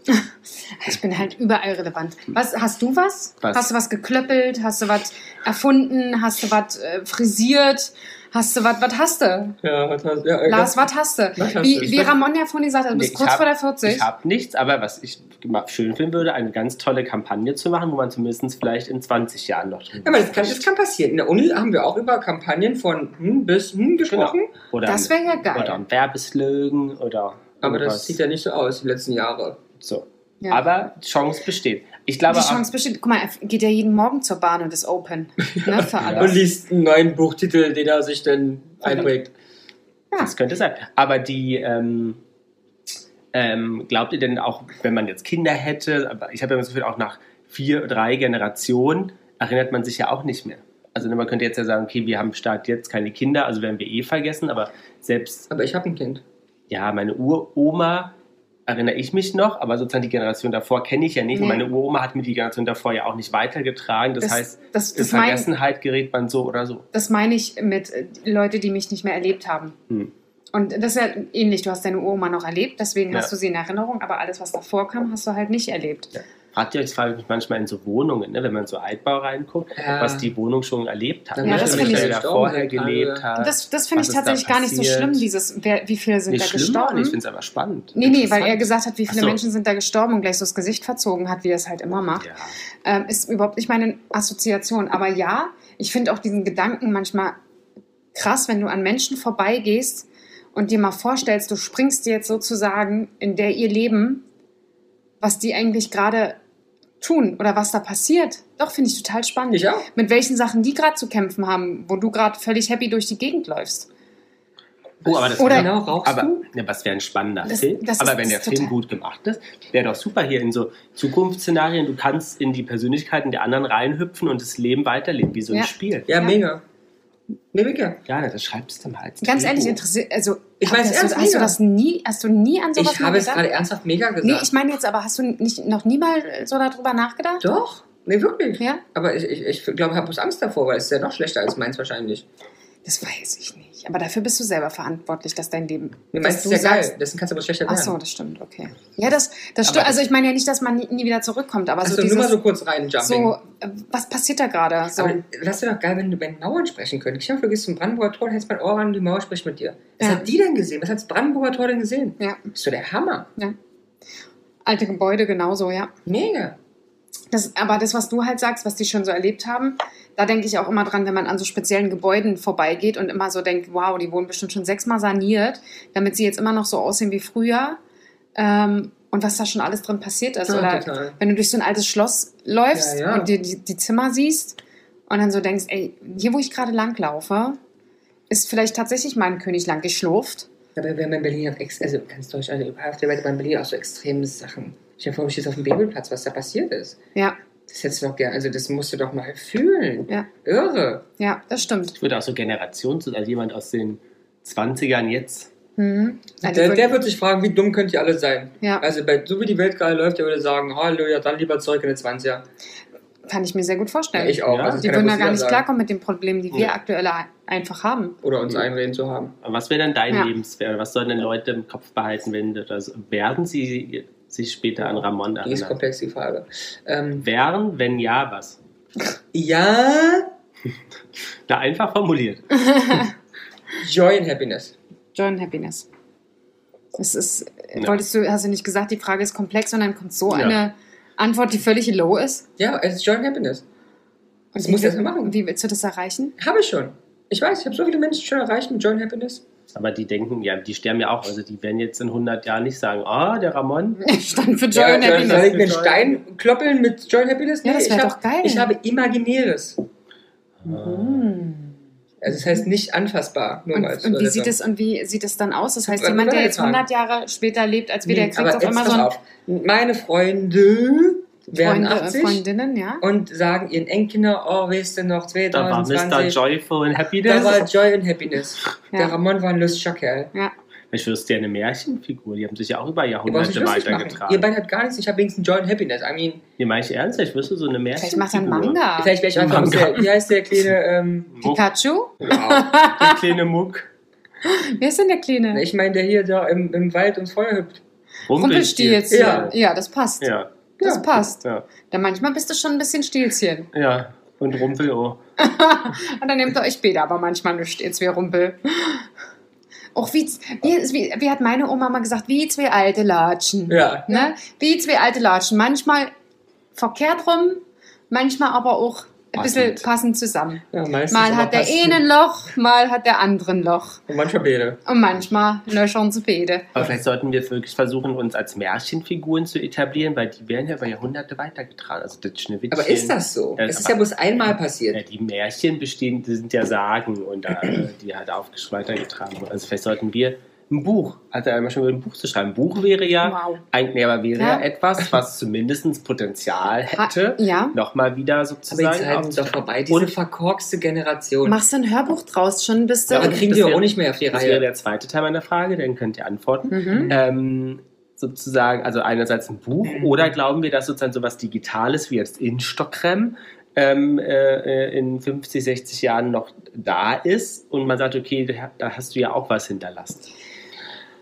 Ich bin halt überall relevant. Was, hast du was?
Was?
Hast du was geklöppelt? Hast du was erfunden? Hast du was äh, frisiert? Hast du was? Was hast du?
Ja, was hast, ja, äh,
Lars,
das,
was hast du?
Was hast
Wie,
du? Ich
wie
weiß-
Ramon ja vorhin gesagt hat, du
Nee,
bist
ich
kurz
hab-
vor der 40.
Ich habe nichts, aber was ich ma- schön finden würde, eine ganz tolle Kampagne zu machen, wo man zumindest vielleicht in 20 Jahren noch drüber
ja, aber das, kann, das kann passieren. In der Uni haben wir auch über Kampagnen von hm bis
Genau.
hm gesprochen.
Oder,
das wäre ja
oder
geil.
ein Werbeslogan oder
Aber
irgendwas.
das sieht ja nicht so aus die letzten Jahre.
so.
Ja.
Aber Chance besteht. Ich glaube
die
auch,
Chance besteht. Guck mal, er geht ja jeden Morgen zur Bahn und ist open. Ne, für alle.
Und liest einen neuen Buchtitel, den er sich denn einprägt.
Das könnte sein. Aber die, ähm, ähm, glaubt ihr denn auch, wenn man jetzt Kinder hätte, aber ich habe ja das Gefühl, auch nach vier, drei Generationen erinnert man sich ja auch nicht mehr. Also ne, man könnte jetzt ja sagen, okay, wir haben Start jetzt keine Kinder, also werden wir eh vergessen, aber selbst,
Aber ich habe ein Kind.
ja, meine Uroma erinnere ich mich noch, aber sozusagen die Generation davor kenne ich ja nicht. Und
Nee.
meine Uroma hat mir die Generation davor ja auch nicht weitergetragen. Das, heißt,
das,
in
das, mein,
Vergessenheit gerät man so oder so.
Das meine ich mit äh, Leute, die mich nicht mehr erlebt haben.
Hm.
Und das ist ja ähnlich. Du hast deine Oma noch erlebt, deswegen
Ja.
hast du sie in Erinnerung, aber alles, was davor kam, hast du halt nicht erlebt.
Ja. Fragt ihr euch, das frage ich mich manchmal in so Wohnungen, ne, wenn man in so Altbau reinguckt,
Ja.
was die Wohnung schon erlebt hat.
Ja,
ne,
das
wie
finde ich
schnell da
nicht
vorher
unbedingt,
gelebt
also.
hat.
Und das das finde
was
ich
ist da
tatsächlich gar nicht so
passiert.
schlimm, dieses, wer, wie viele sind
Nicht
da
schlimm, auch
gestorben.
nicht, ich finde es einfach spannend.
Nee, nee, weil er
Interessant.
gesagt hat, wie viele
Ach so.
Menschen sind da gestorben und gleich so das Gesicht verzogen hat, wie er es halt immer macht.
Ja.
Ähm, ist überhaupt nicht meine Assoziation. Aber ja, ich finde auch diesen Gedanken manchmal krass, wenn du an Menschen vorbeigehst und dir mal vorstellst, du springst dir jetzt sozusagen in der ihr Leben, was die eigentlich gerade tun oder was da passiert. Doch, finde ich total spannend.
Äh, Ich auch.
Mit welchen Sachen die gerade zu kämpfen haben, wo du gerade völlig happy durch die Gegend läufst.
Oh, aber das
Oder-
wär-
Genau, rauchst
aber,
du?
Ja, was wäre ein spannender
Das-
Film.
das
aber
ist-
wenn der
ist
Film
total-
gut gemacht ist, wäre doch super hier in so Zukunftsszenarien. Du kannst in die Persönlichkeiten der anderen reinhüpfen und das Leben weiterleben, wie so ein
Ja.
Spiel.
Ja,
Ja.
mega. Nee, mega.
Ja, das schreibst du mal als
Ganz
Drehbuch.
ehrlich, interessiert, also
Ich weiß
hast, du-
ernst,
hast du
mega.
das nie, hast du nie an sowas
Ich
mal
habe es
gedacht?
gerade ernsthaft mega gesagt.
Nee, ich meine jetzt aber, hast du nicht, noch nie mal so darüber nachgedacht?
Doch. Nee, wirklich.
Ja?
Aber ich glaube, ich, ich, glaub, ich habe bloß Angst davor, weil es ist ja noch schlechter als meins wahrscheinlich.
Das weiß ich nicht. Aber dafür bist du selber verantwortlich, dass dein Leben.
Mir
dass
meins
du
ist ja geil.
sagst-
Deswegen kannst du aber schlechter
Ach
werden.
so, das stimmt, okay. Ja, das, das stimmt.
Aber-
Also ich meine ja nicht, dass man nie, nie wieder zurückkommt, aber
Achso,
so
nur mal
also dieses,
so kurz rein, Jumping.
so, äh, was passiert da gerade? So.
Aber das wäre doch geil, wenn du mit Mauern sprechen könntest. Ich glaube, du gehst zum Brandenburger Tor und hältst mein Ohr an, die Mauer spricht mit dir. Was
Ja.
hat die denn gesehen? Was hat das Brandenburger Tor denn gesehen?
Ja,
Bist du der Hammer?
alte Gebäude genauso, ja.
Mega.
Das, aber das, was du halt sagst, was die schon so erlebt haben, da denke ich auch immer dran, wenn man an so speziellen Gebäuden vorbeigeht und immer so denkt, wow, die wurden bestimmt schon sechsmal saniert, damit sie jetzt immer noch so aussehen wie früher. Ähm, und was da schon alles drin passiert ist.
Ja,
oder
total.
wenn du durch so ein altes Schloss läufst
Ja, ja.
und dir die, die Zimmer siehst und dann so denkst, ey, hier, wo ich gerade langlaufe, ist vielleicht tatsächlich mein König lang geschlurft.
Aber wir haben in Berlin auch, ex also ganz deutsch, also überall auf der Welt, aber in Berlin auch so extreme Sachen. Ich habe vor, ich jetzt auf dem Bebelplatz, was da passiert ist.
Ja,
Das hättest du doch gerne, also das musst du doch mal fühlen.
Ja.
Irre.
ja, das stimmt.
Ich würde auch so Generationen, also jemand aus den 20ern jetzt.
Mhm. Ja, die
Der,
würden-
der wird sich fragen, wie dumm könnt ihr alle sein?
ja,
Also, bei, so wie die Welt gerade läuft, der würde sagen, Halleluja, dann lieber zurück in die 20er.
kann ich mir sehr gut
Ja,
vorstellen.
ich auch.
Ja.
Also, das
Die
kann ja
würden da
bloß
gar
jeder
nicht
sagen.
klarkommen mit den Problemen, die wir
Ja.
aktuell einfach haben.
Oder uns einreden zu haben.
Aber was wäre dann dein
Ja.
Lebenswert? Was sollen denn Leute im Kopf behalten, wenn du das, werden sie sich später an Ramon
Die ist
erinnern?
komplex, die Frage. Ähm,
Wären, wenn ja, was?
ja,
Da einfach formuliert.
Joy and Happiness.
Joy and Happiness. Das ist,
Ja.
wolltest du, hast du nicht gesagt, die Frage ist komplex und dann kommt so
Ja.
eine Antwort, die völlig low ist.
Ja, es ist Joy and Happiness.
Und
Das
wie
musst du
will-
erst mal machen.
Wie willst du das erreichen?
Habe ich schon. Ich weiß, ich habe so viele Menschen schon erreicht mit Joy and Happiness.
Aber die denken, ja, die sterben ja auch. Also die werden jetzt in 100 Jahren nicht sagen, ah, der Ramon.
Stand für Joy
Ja,
and
soll- Soll
Happiness.
ich mir einen Stein kloppeln mit Joy and Happiness?
Ja, das
ich
wär
hab-
doch geil.
Ich habe Imaginäres.
Hm.
Also, das heißt nicht anfassbar. Nur
Und,
mal als
und, wie
Übersetzung.
sieht es, und wie sieht es dann aus? Das heißt,
Aber
jemand, der jetzt
übergetragen.
100 Jahre später lebt, als wir, der
Nee,
kriegt
Hm, aber
auf
jetzt
einmal so
pass
ein
auf. Meine Freunde werden
Freunde,
80
Freundinnen, ja?
und sagen ihren Enkelkindern, oh, weißt du noch,
Da war
2020.
Mr. Joyful and
Da war
Happiness.
Joy and Happiness.
Ja.
Der Ramon war ein lustiger Kerl.
Ja,
Ich wüsste ja eine Märchenfigur, die haben sich ja auch über
Ihr braucht
Jahrhunderte
nicht lustig machen. Ihr
weitergetragen.
beiden habt gar nichts. Ich habe wenigstens Joy and Happiness. I mean,
Nee, meine ich ernst, ich wüsste so eine
vielleicht
Märchenfigur.
macht er einen Manga.
vielleicht wäre ich einfach...
Manga.
Der, wie heißt der kleine... Ähm,
Muck,
Pikachu?
wow.
der kleine Muck.
Wer ist denn der Kleine?
ich meine, der hier da im, im Wald ums Feuer hüpft.
Rumpelstilzchen.
Ja.
Ja. das passt.
Ja,
Das
Ja.
passt.
ja,
Da manchmal bist du schon ein bisschen Stilzchen.
ja. Und Rumpel, oh.
Und dann nehmt ihr euch später aber manchmal nicht, ihr zwei Rumpel. Auch wie, wie, wie, wie hat meine Oma mal gesagt, wie zwei alte Latschen.
Ja.
Ne? Wie zwei alte Latschen. Manchmal verkehrt rum, manchmal aber auch ein
Passend.
bisschen passend zusammen.
ja meistens
Mal
aber
hat eh der
passt.
eine ein Loch, mal hat der andere ein Loch.
Und manchmal beide.
Und manchmal löchern sie beide.
Aber vielleicht sollten wir wirklich versuchen, uns als Märchenfiguren zu etablieren, weil die werden ja über Jahrhunderte weitergetragen. Also das Schneewittchen.
Aber ist das so?
Ja,
Es ist
aber-
ja bloß einmal
Ja,
passiert.
die Märchen bestehen, die sind ja Sagen und äh, die halt aufgesch- weitergetragen wurden. Also vielleicht sollten wir ein Buch, hat er einmal schon über ein Buch zu schreiben. Ein Buch wäre ja,
Wow.
ein, nee, aber wäre ja.
Ja.
etwas, was zumindest Potenzial hätte,
Ja.
nochmal wieder
Aber die
sozusagen
Zeiten
auf-
sind doch vorbei. Diese
Und-
verkorkste Generation.
Machst du ein Hörbuch draus schon, bist du.
Aber kriegen
das
wir
wäre-
auch nicht mehr auf die
Das wäre
Reihe.
der zweite Teil meiner Frage, dann könnt ihr antworten.
Mhm.
ähm, sozusagen, also einerseits ein Buch
Mhm.
oder glauben wir, dass sozusagen sowas Digitales wie jetzt Instagram ähm, äh, äh, in 50, 60 Jahren noch da ist und man sagt, okay, da- da hast du ja auch was hinterlassen.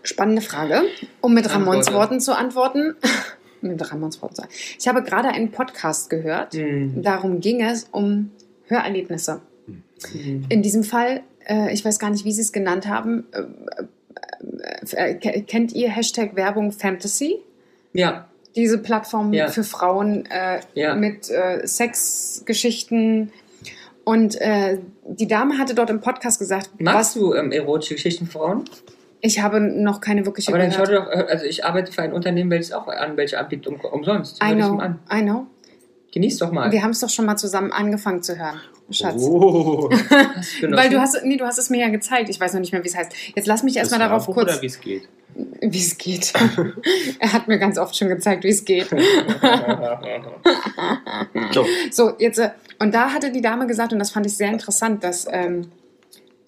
Spannende Frage. Um mit Ramons
Antworte.
Worten zu antworten, mit Ramons Worten sagen. Ich habe gerade einen Podcast gehört.
Mhm.
Darum ging es um Hörerlebnisse. In diesem Fall, äh, ich weiß gar nicht, wie Sie es genannt haben, äh, äh, äh, kennt ihr Hashtag Werbung Fantasy?
Ja,
Diese Plattform
Ja.
für Frauen äh,
Ja.
mit äh, Sexgeschichten. Und äh, die Dame hatte dort im Podcast gesagt,
magst du ähm, erotische Geschichten für Frauen?
ich habe noch keine wirkliche
Aber dann schau
gehört.
dir doch, äh, also ich arbeite für ein Unternehmen, welches auch an, welche anbietet um, umsonst. Hör
I
dich
know,
mal an.
I know.
Genieß doch mal.
Wir haben es doch schon mal zusammen angefangen zu hören, Schatz.
Oh,
Hast genossen?
Weil du hast, nee, du hast es mir ja gezeigt. Ich weiß noch nicht mehr, wie es heißt. Jetzt lass mich
das
erstmal darauf
Hörbuch
kurz,
Oder wie es geht.
wie es geht. er hat mir ganz oft schon gezeigt, wie es geht. Mhm.
so,
So, jetzt, äh, und da hatte die Dame gesagt, und das fand ich sehr interessant, dass ähm,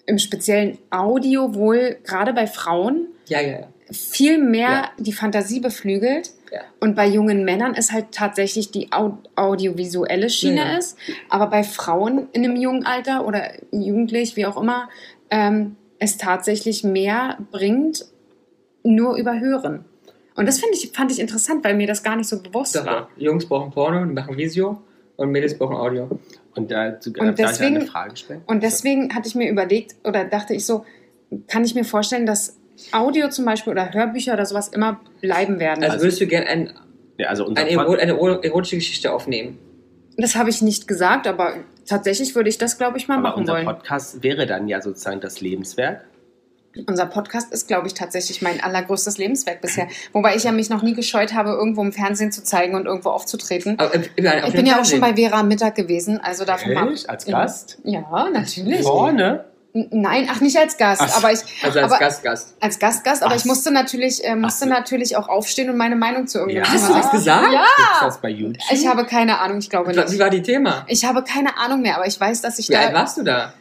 im speziellen Audio wohl gerade bei Frauen
ja, ja, ja.
viel mehr
Ja.
die Fantasie beflügelt.
Ja.
Und bei jungen Männern ist halt tatsächlich die au audiovisuelle Schiene
Ja, ja.
ist. Aber bei Frauen in einem jungen Alter oder jugendlich, wie auch immer, ähm, es tatsächlich mehr bringt, nur über Hören. Und das finde ich, fand ich interessant, weil mir das gar nicht so bewusst
Doch,
war.
doch. Jungs brauchen Porno, die machen Visio und Mädels brauchen Audio.
und dazu
Und
darf ich eine
deswegen-
Frage stellen.
Und deswegen hatte ich mir überlegt oder dachte ich so, kann ich mir vorstellen, dass Audio zum Beispiel oder Hörbücher oder sowas immer bleiben werden.
Also, würdest du gerne ein,
Ja, also unser
eine,
Pod-
ero eine ero erotische Geschichte aufnehmen?
Das habe ich nicht gesagt, aber tatsächlich würde ich das, glaube ich, mal
aber
machen
unser
wollen.
Podcast wäre dann ja sozusagen das Lebenswerk.
unser Podcast ist, glaube ich, tatsächlich mein allergrößtes Lebenswerk bisher. Wobei ich ja mich noch nie gescheut habe, irgendwo im Fernsehen zu zeigen und irgendwo aufzutreten.
Aber, äh, nein, auf
ich
dem
bin ja auch schon bei
Fernsehen.
Vera am Mittag gewesen, also davon mal.
Ehrlich? Als Gast?
Ja, natürlich.
Vorne?
N- Nein, ach nicht als Gast,
Ach,
aber ich
Also als
aber-
Gast, Gast.
als Gast, Gast, aber
Ach.
ich musste natürlich äh, musste
Ach.
natürlich auch aufstehen und meine Meinung zu irgendwas
Ja. Hast du
sagen.
das
gesagt?
Ah, Ja,
Gibt's das bei YouTube?
ich habe keine Ahnung, ich glaube
Wie
nicht.
war die Thema?
Ich habe keine Ahnung mehr, aber ich weiß, dass ich
Wie alt
da
warst du da?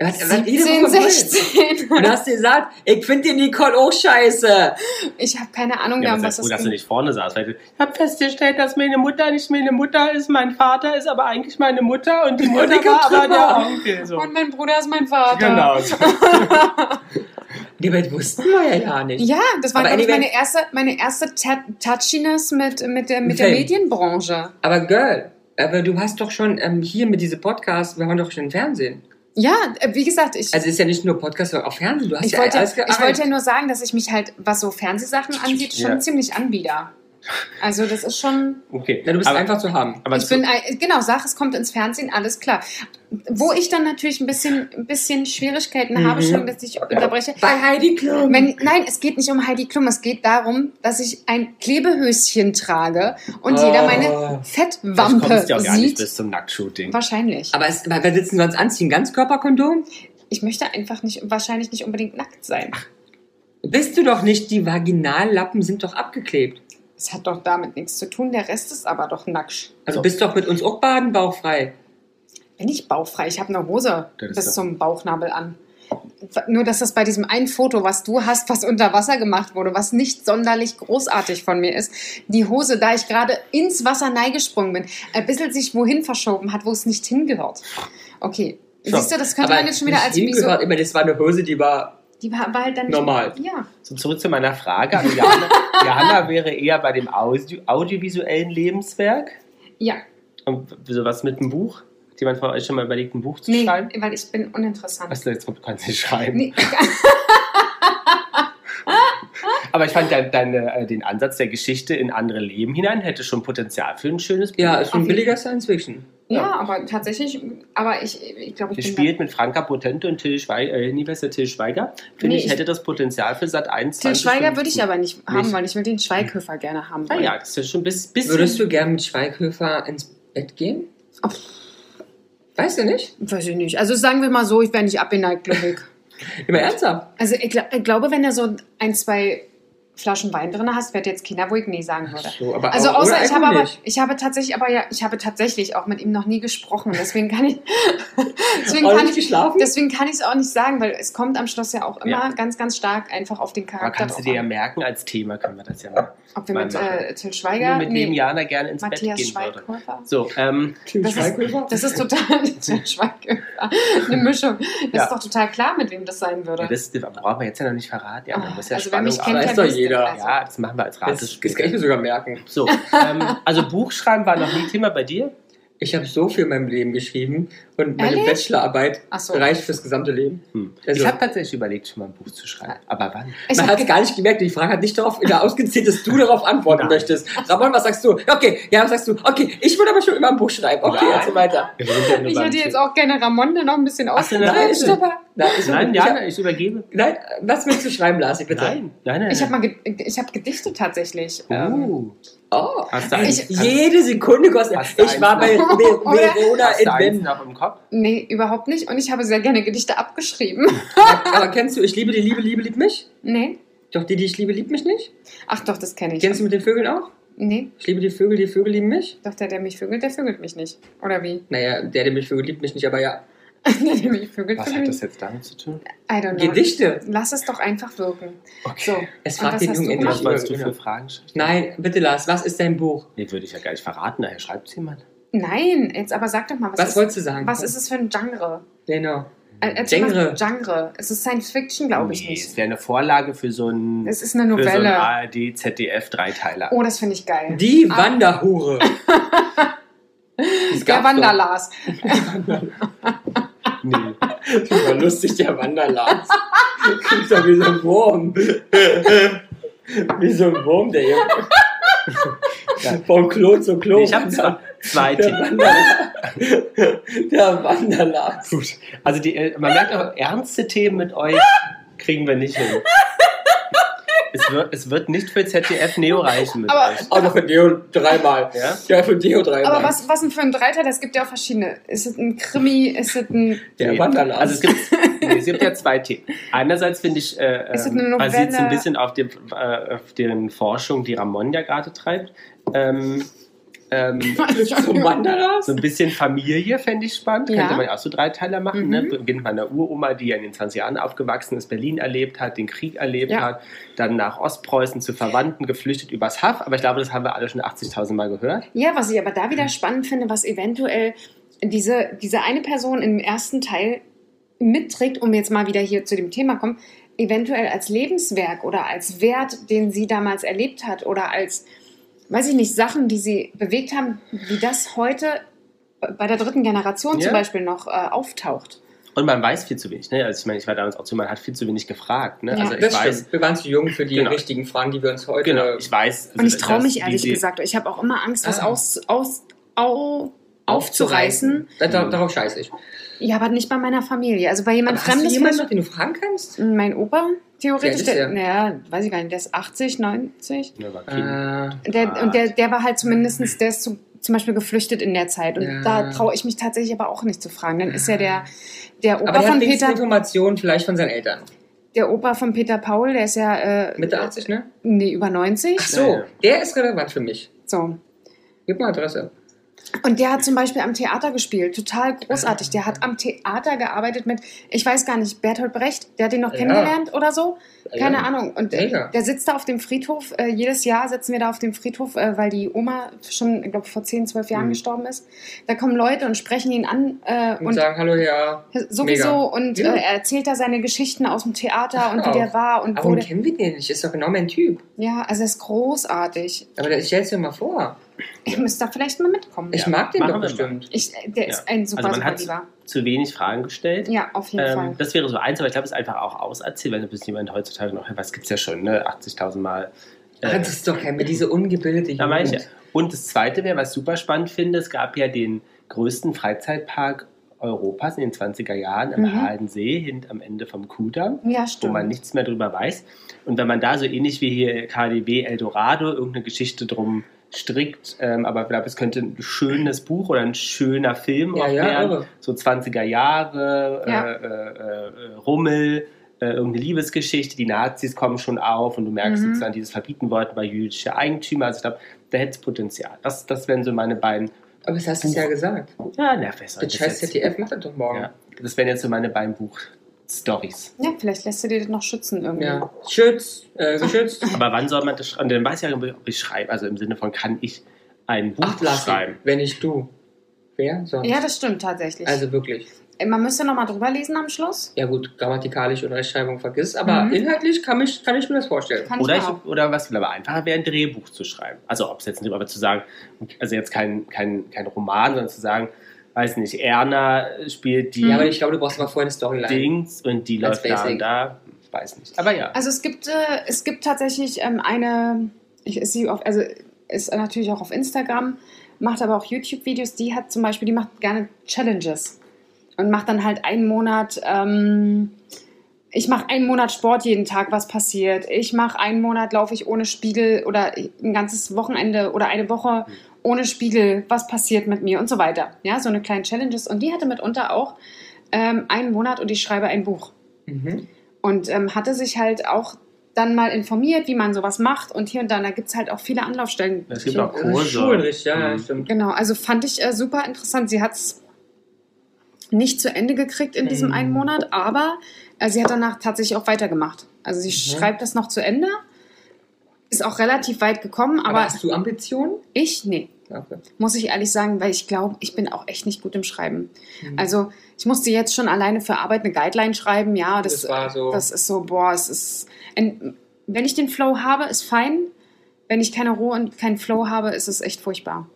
Was,
17, 16.
Und hast dir gesagt, ich finde die Nicole auch scheiße.
Ich habe keine Ahnung mehr,
Ja,
um
aber
was
sei froh,
das
dass du
ging.
nicht vorne saß. Weil ich habe festgestellt, dass meine Mutter nicht meine Mutter ist, mein Vater ist aber eigentlich meine Mutter und die Mutter
ich
war
hab
aber der
drüber.
Onkel. So.
Und mein Bruder ist mein Vater.
Genau. so.
Die Welt wussten wir ja gar nicht.
Ja, das war
Aber
glaub ich,
anyway-
meine erste, meine erste Ta- Touchiness mit, mit, der, mit der
Film.
Medienbranche.
Aber Girl, aber du hast doch schon ähm, hier mit diesem Podcast, wir haben doch schon Fernsehen.
Ja, äh, wie gesagt, ich,
Also es ist ja nicht nur Podcast, sondern auch Fernsehen. Du hast
ich,
ja
wollte,
alles
ich
gearbeitet.
wollte ja nur sagen, dass ich mich halt, was so Fernsehsachen angeht, schon
Ja.
ziemlich anbieder. Also das ist schon,
Okay.
Na, du bist
aber,
einfach zu haben.
aber
ich
zu-
bin, ein- genau, Sache, es kommt ins Fernsehen, alles klar. Wo ich dann natürlich ein bisschen, ein bisschen Schwierigkeiten habe,
Mhm.
schon, dass ich unterbreche.
Bei Heidi Klum.
Wenn, nein, es geht nicht um Heidi Klum, es geht darum, dass ich ein Klebehöschen trage und
Oh.
jeder meine
vielleicht
Fettwampe
kommst du ja auch gar nicht
sieht.
bis zum Nacktshooting.
Wahrscheinlich.
aber es, wer sitzen sonst anziehen? Ganzkörperkondom?
ich möchte einfach nicht, wahrscheinlich nicht unbedingt nackt sein.
Bist du doch nicht, die Vaginallappen sind doch abgeklebt.
Es hat doch damit nichts zu tun, der Rest ist aber doch nackt.
Also
So.
bist doch mit uns auch badenbauchfrei.
Bin ich bauchfrei? Ich habe eine Hose
Das ist
bis
doch-
zum Bauchnabel an. Nur, dass das bei diesem einen Foto, was du hast, was unter Wasser gemacht wurde, was nicht sonderlich großartig von mir ist, die Hose, da ich gerade ins Wasser neigesprungen bin, ein bisschen sich wohin verschoben hat, wo es nicht hingehört. Okay.
So,
Siehst du, das könnte man jetzt schon wieder als
ich
Wieso.
gehört immer, das war eine Hose, die war...
Die war, war halt dann nicht.
Normal.
Ja.
So, zurück zu meiner Frage. Also Johanna, Johanna wäre eher bei dem Audio, audiovisuellen Lebenswerk.
Ja.
Und so was mit einem Buch? Hat jemand von euch schon mal überlegt, ein Buch zu
Nee,
schreiben?
weil ich bin uninteressant.
Was, jetzt kannst du nicht schreiben.
Nee,
Aber ich fand dein, deine, äh, den Ansatz der Geschichte in andere Leben hinein hätte schon Potenzial für ein schönes Buch.
Ja, ist schon
Auf jeden-
billiger Science-Fiction.
Ja, aber tatsächlich, aber ich, ich glaube,
Ihr
ich
spielt mit Franka Potente und Till Schweiger, äh, nie besser Till Schweiger. Finde
Nee,
ich,
ich-
hätte das Potenzial für Sat 1.
Till Schweiger würde ich aber nicht haben
Nicht.
wollen. Ich will den Schweighöfer gerne haben.
Naja, das ist Ah ja schon ein bis- bisschen.
Würdest du gern mit Schweighöfer ins Bett gehen?
Oh.
Weißt du nicht?
Weiß ich nicht. Also sagen wir mal so, ich wäre nicht abgeneigt, glaube ich.
Immer ernsthaft.
Also ich, gla- ich glaube, wenn du so ein, zwei Flaschen Wein drin hast, wäre jetzt Kinder, wo ich nee sagen würde.
So, aber
Also
aber-
außer
oder
ich habe aber,
eigentlich.
ich habe tatsächlich, aber ja, ich habe tatsächlich auch mit ihm noch nie gesprochen. Deswegen kann ich, deswegen
Auch
kann
nicht
ich,
geschlafen?
deswegen kann ich es auch nicht sagen, weil es kommt am Schluss ja auch immer
Ja.
ganz, ganz stark einfach auf den
aber
Charakter.
kannst du
drauf
dir ja
an.
merken, als Thema können wir das ja mal.
Ob wir
mal
mit
machen.
äh, Till Schweiger,
mit dem
nee,
Jana gerne ins
Matthias
Bett gehen würde.
Schweighöfer.
So, ähm,
Tim
das ist-
Schweighöfer?
Das ist total Till Schweighöfer. Eine Mischung. Das
Ja.
ist doch total klar, mit wem das sein würde.
ja, das, das brauchen wir jetzt ja noch nicht verraten. Ja, man
Ah,
muss ja
also wer
Spannung
mich kennt,
arbeiten.
Weiß doch
wisst ihr
jeder.
Also,
Ja, das machen wir als
Das, das
Ratespiel.
kann ich mir sogar merken.
So, ähm, also Buchschreiben war noch nie Thema bei dir?
Ich habe so viel in meinem Leben geschrieben und meine
Ehrlich?
Bachelorarbeit
Ach so.
reicht fürs gesamte Leben.
Hm.
Also-
ich habe tatsächlich überlegt, schon mal ein Buch zu schreiben. Aber wann?
ich
Man
hab
hat gar nicht gemerkt, die Frage hat nicht darauf da ausgezählt, dass du darauf antworten
Nein.
möchtest. Ramon, was sagst du? Okay, ja, was sagst du? Okay, ich würde aber schon immer ein Buch schreiben. Okay,
Nein.
und so weiter.
Wir sind ja nur
Ich
beim
hätte jetzt
Thema.
auch gerne Ramonde noch ein bisschen
Hast du eine
ausgereizt,
Ramonde?
aber
Nein, ich,
Nein,
ich,
Jana, ich übergebe.
nein, was willst du schreiben, Lars? Bitte.
Nein, nein, nein.
ich habe mal ge ich hab gedichtet tatsächlich. Ähm,
Uh,
Oh.
hast du eins,
Ich-
hast,
Jede Sekunde kostet.
Hast du
Ich war bei
eins
noch?
Ver-
Oder?
Verona
hast
in
du eins
Wenden.
noch im Kopf?
nee, überhaupt nicht. Und ich habe sehr gerne Gedichte abgeschrieben.
Aber kennst du Ich liebe die Liebe, Liebe liebt mich?
nee.
Doch die, die ich liebe, liebt mich nicht?
Ach doch, das kenne ich.
Kennst du mit den Vögeln auch?
Nee,
Ich liebe die Vögel, die Vögel lieben mich?
doch der, der mich vögelt, der vögelt mich nicht. Oder wie?
Naja, der, der mich vögelt, liebt mich nicht, aber ja.
der, der mich vögelt, vögelt
Was hat das
mich.
jetzt damit zu tun?
I don't know.
Gedichte.
Lass es doch einfach wirken. So.
Es
Genau. Und was
fragt den
hast
Jungen
du
endlich
Was
gemacht?
wolltest du
über-
für Fragen stellen?
Nein, bitte Lars, was ist dein Buch?
Nee, würde ich ja gar nicht verraten, daher schreibt jemand.
Nein, jetzt aber sag doch mal, was,
Was
ist,
wolltest du sagen?
was ist es für ein Genre?
Genau.
Äh, erzähl
Genre.
Mal, Genre. Es ist Science Fiction, glaube ich
nee,
nicht.
es wäre eine Vorlage für so ein,
Es ist eine
für so ein
Novelle.
ARD, ZDF, Dreiteiler.
Oh, das finde ich geil.
Die
Ah.
Wanderhure. Das
der
gab's
Wanderlars.
Nee.
doch. Das war lustig, der Wanderlars. Klingt doch wie so ein Wurm. Wie so ein Wurm, der hier. Vom Klo zu
Oh,
Klo.
Nee, Also ich habe zwei, zwei
Der
Tipps.
Wanderlars. Der Wanderlars.
Gut. Also die, äh, man merkt auch, ernste Themen mit euch kriegen wir nicht hin. Es wird, es wird nicht für ZDF Neo reichen mit
Aber-
euch.
Aber für Deo dreimal.
Ja?
Ja, für Deo dreimal.
Aber was, was denn für ein Dreiteil? Es gibt ja auch verschiedene. Ist es ein Krimi? Ist es, ein,
Der Wanderlars.
Also es gibt, nee, es gibt ja zwei Themen. Einerseits finde ich, äh,
Ist es eine
ähm, basiert es ein
Novelle?
bisschen auf, dem, äh, auf den Forschung, die Ramon ja gerade treibt. Ähm, ähm,
Zum Wanderlars?
so ein bisschen Familie fände ich spannend.
Ja.
Könnte man ja auch so drei Teile machen.
Mhm.
Ne? Beginnt bei einer Uroma, die ja in den 20 Jahren aufgewachsen ist, Berlin erlebt hat, den Krieg erlebt
Ja.
hat, dann nach Ostpreußen zu Verwandten geflüchtet übers Haff. Aber ich glaube, das haben wir alle schon 80.000 Mal gehört.
ja, was ich aber da wieder spannend finde, was eventuell diese, diese eine Person im ersten Teil mitträgt, um jetzt mal wieder hier zu dem Thema kommen, eventuell als Lebenswerk oder als Wert, den sie damals erlebt hat oder als, weiß ich nicht, Sachen, die sie bewegt haben, wie das heute bei der dritten Generation
Ja.
zum Beispiel noch äh, auftaucht.
Und man weiß viel zu wenig. Ne? Also ich meine, ich war damals auch zu, man hat viel zu wenig gefragt. Ne?
Ja.
also ich
Das
weiß,
stimmt. Wir waren zu jung für die
Genau.
richtigen Fragen, die wir uns heute.
Genau, ich weiß.
Und ich
also,
traue
dass
mich
die-
ehrlich
die-
gesagt, ich habe auch immer Angst, was
Ah.
aus, aus, au, aufzureißen.
Da, da, darauf scheiße ich.
Ja, aber nicht bei meiner Familie. Also bei jemand
Aber hast du
Fremdes.
jemanden, noch, den du fragen kannst?
vielleicht- mein Opa,
Wie
theoretisch.
alt ist
der,
der?
naja, weiß ich gar nicht, der ist 80, 90.
Ja, war Kind.
Äh,
Der,
Ah.
Und der, der war halt zumindest, der ist zu, zum Beispiel geflüchtet in der Zeit. Und
Ja.
da traue ich mich tatsächlich aber auch nicht zu fragen. Dann ist ja der, der Opa
aber der
von
hat wenigstens
Peter,
Informationen vielleicht von seinen Eltern.
der Opa von Peter Paul, der ist ja äh,
Mitte 80, ne?
nee, über 90.
Ach so,
Ja, ja.
der ist relevant für mich.
So.
Gib mal Adresse.
Und der hat zum Beispiel am Theater gespielt, total großartig. Der hat am Theater gearbeitet mit, ich weiß gar nicht, Bertolt Brecht, der hat den noch
Ja.
kennengelernt oder so. Keine
Ja.
Ahnung. Und äh,
Mega.
der sitzt da auf dem Friedhof. Äh, jedes Jahr sitzen wir da auf dem Friedhof, äh, weil die Oma schon, ich glaube, vor 10, 12 Jahren
Mhm.
gestorben ist. Da kommen Leute und sprechen ihn an äh,
Und,
und
sagen, hallo, ja.
sowieso.
mega.
Und
Ja.
äh, er erzählt da seine Geschichten aus dem Theater und
Ach,
wie der war und
Aber
wo
den
der,
kennen wir den nicht? Ist doch genau mein Typ.
Ja, also er ist großartig.
Aber der- stell's dir mal vor.
Ihr müsst da vielleicht mal mitkommen.
Ich
Ja,
mag den
machen
doch
wir
bestimmt.
Ich, äh, der
Ja.
ist ein super,
Also man
super
hat's-
Lieber.
Zu wenig Fragen gestellt.
Ja, auf jeden Fall.
Ähm, das wäre so eins, aber ich glaube, es ist einfach auch auserzählt, wenn ein bisschen jemand heutzutage noch, was gibt es ja schon, ne? 80.000 Mal.
Aber
Äh,
das ist doch immer diese ungebildete
da meine ich ja.
Jugend.
Und das Zweite wäre, was ich super spannend finde, es gab ja den größten Freizeitpark Europas in den 20er Jahren im
Mhm.
Haldensee, hint am Ende vom Kudamm.
ja,
wo
Oh
stimmt.
man nichts mehr drüber weiß. Und wenn man da so ähnlich wie hier KDW Eldorado irgendeine Geschichte drum strickt, ähm, aber ich glaube, es könnte ein schönes Buch oder ein schöner Film
Ja,
auch
ja,
werden.
irre.
So 20er Jahre,
Ja.
äh, äh, äh, Rummel, äh, irgendeine Liebesgeschichte, die Nazis kommen schon auf und du merkst
Mhm.
sozusagen, dieses verbieten wollten bei jüdische Eigentümer. Also ich glaube, da hätte es Potenzial. Das, das wären so meine beiden.
Aber das hast du ja gesagt.
Ja, na, wer soll
Den
das
scheiß
jetzt?
ZDF macht das doch morgen.
Ja, das wären jetzt so meine beiden Buch-Stories.
Ja, vielleicht lässt du dir das noch schützen irgendwie.
Ja. Schütz, äh, geschützt.
Aber wann soll man das schreiben? Und dann weiß ich ja, ob ich schreibe, also im Sinne von, kann ich ein Buch
Acht lassen,
schreiben?
wenn nicht du. Wer sonst?
Ja, das stimmt tatsächlich. Äh,
also wirklich.
man müsste nochmal drüber lesen am Schluss.
Ja gut, grammatikalisch und Rechtschreibung vergiss, aber
Mhm.
inhaltlich kann, mich, kann ich mir das vorstellen.
Kann
Oder,
ich mir auch.
ich, oder was aber einfacher wäre, ein Drehbuch zu schreiben. Also ob es jetzt nicht, aber zu sagen, also jetzt kein, kein, kein Roman, sondern zu sagen, weiß nicht, Erna spielt die
Ja, aber ich glaube, du brauchst aber vorher eine Storyline.
Dings und die
Ganz
läuft da
Mhm. basic.
und da. Weiß nicht. Aber ja.
Also es gibt, äh, es gibt tatsächlich ähm, eine, ich ist sie auf, also ist natürlich auch auf Instagram, macht aber auch YouTube-Videos, die hat zum Beispiel, die macht gerne Challenges und macht dann halt einen Monat, ähm, ich mache einen Monat Sport jeden Tag, was passiert. Ich mache einen Monat laufe ich ohne Spiegel oder ein ganzes Wochenende oder eine Woche ohne Spiegel, was passiert mit mir und so weiter. Ja, so eine kleine Challenges. Und die hatte mitunter auch ähm, einen Monat und ich schreibe ein Buch
Mhm.
und ähm, hatte sich halt auch dann mal informiert, wie man sowas macht und hier und da. Da gibt es halt auch viele Anlaufstellen.
Es gibt
So,
auch Kurse.
Schulen, richtig, ja, ja,
Mhm.
stimmt.
Genau, also fand ich äh, super interessant. Sie hat es nicht zu Ende gekriegt in diesem
Mhm.
einen Monat, aber äh, sie hat danach tatsächlich auch weitergemacht. Also sie
Mhm.
schreibt das noch zu Ende, ist auch relativ weit gekommen,
Aber
aber,
hast du Ambitionen?
ich, nee,
Okay.
muss ich ehrlich sagen, weil ich glaube, ich bin auch echt nicht gut im Schreiben.
Mhm.
Also ich musste jetzt schon alleine für Arbeit eine Guideline schreiben, ja, das,
das, war so.
das ist so, boah, es ist. Ein, wenn ich den Flow habe, ist fein. Wenn ich keine Ruhe und keinen Flow habe, ist es echt furchtbar.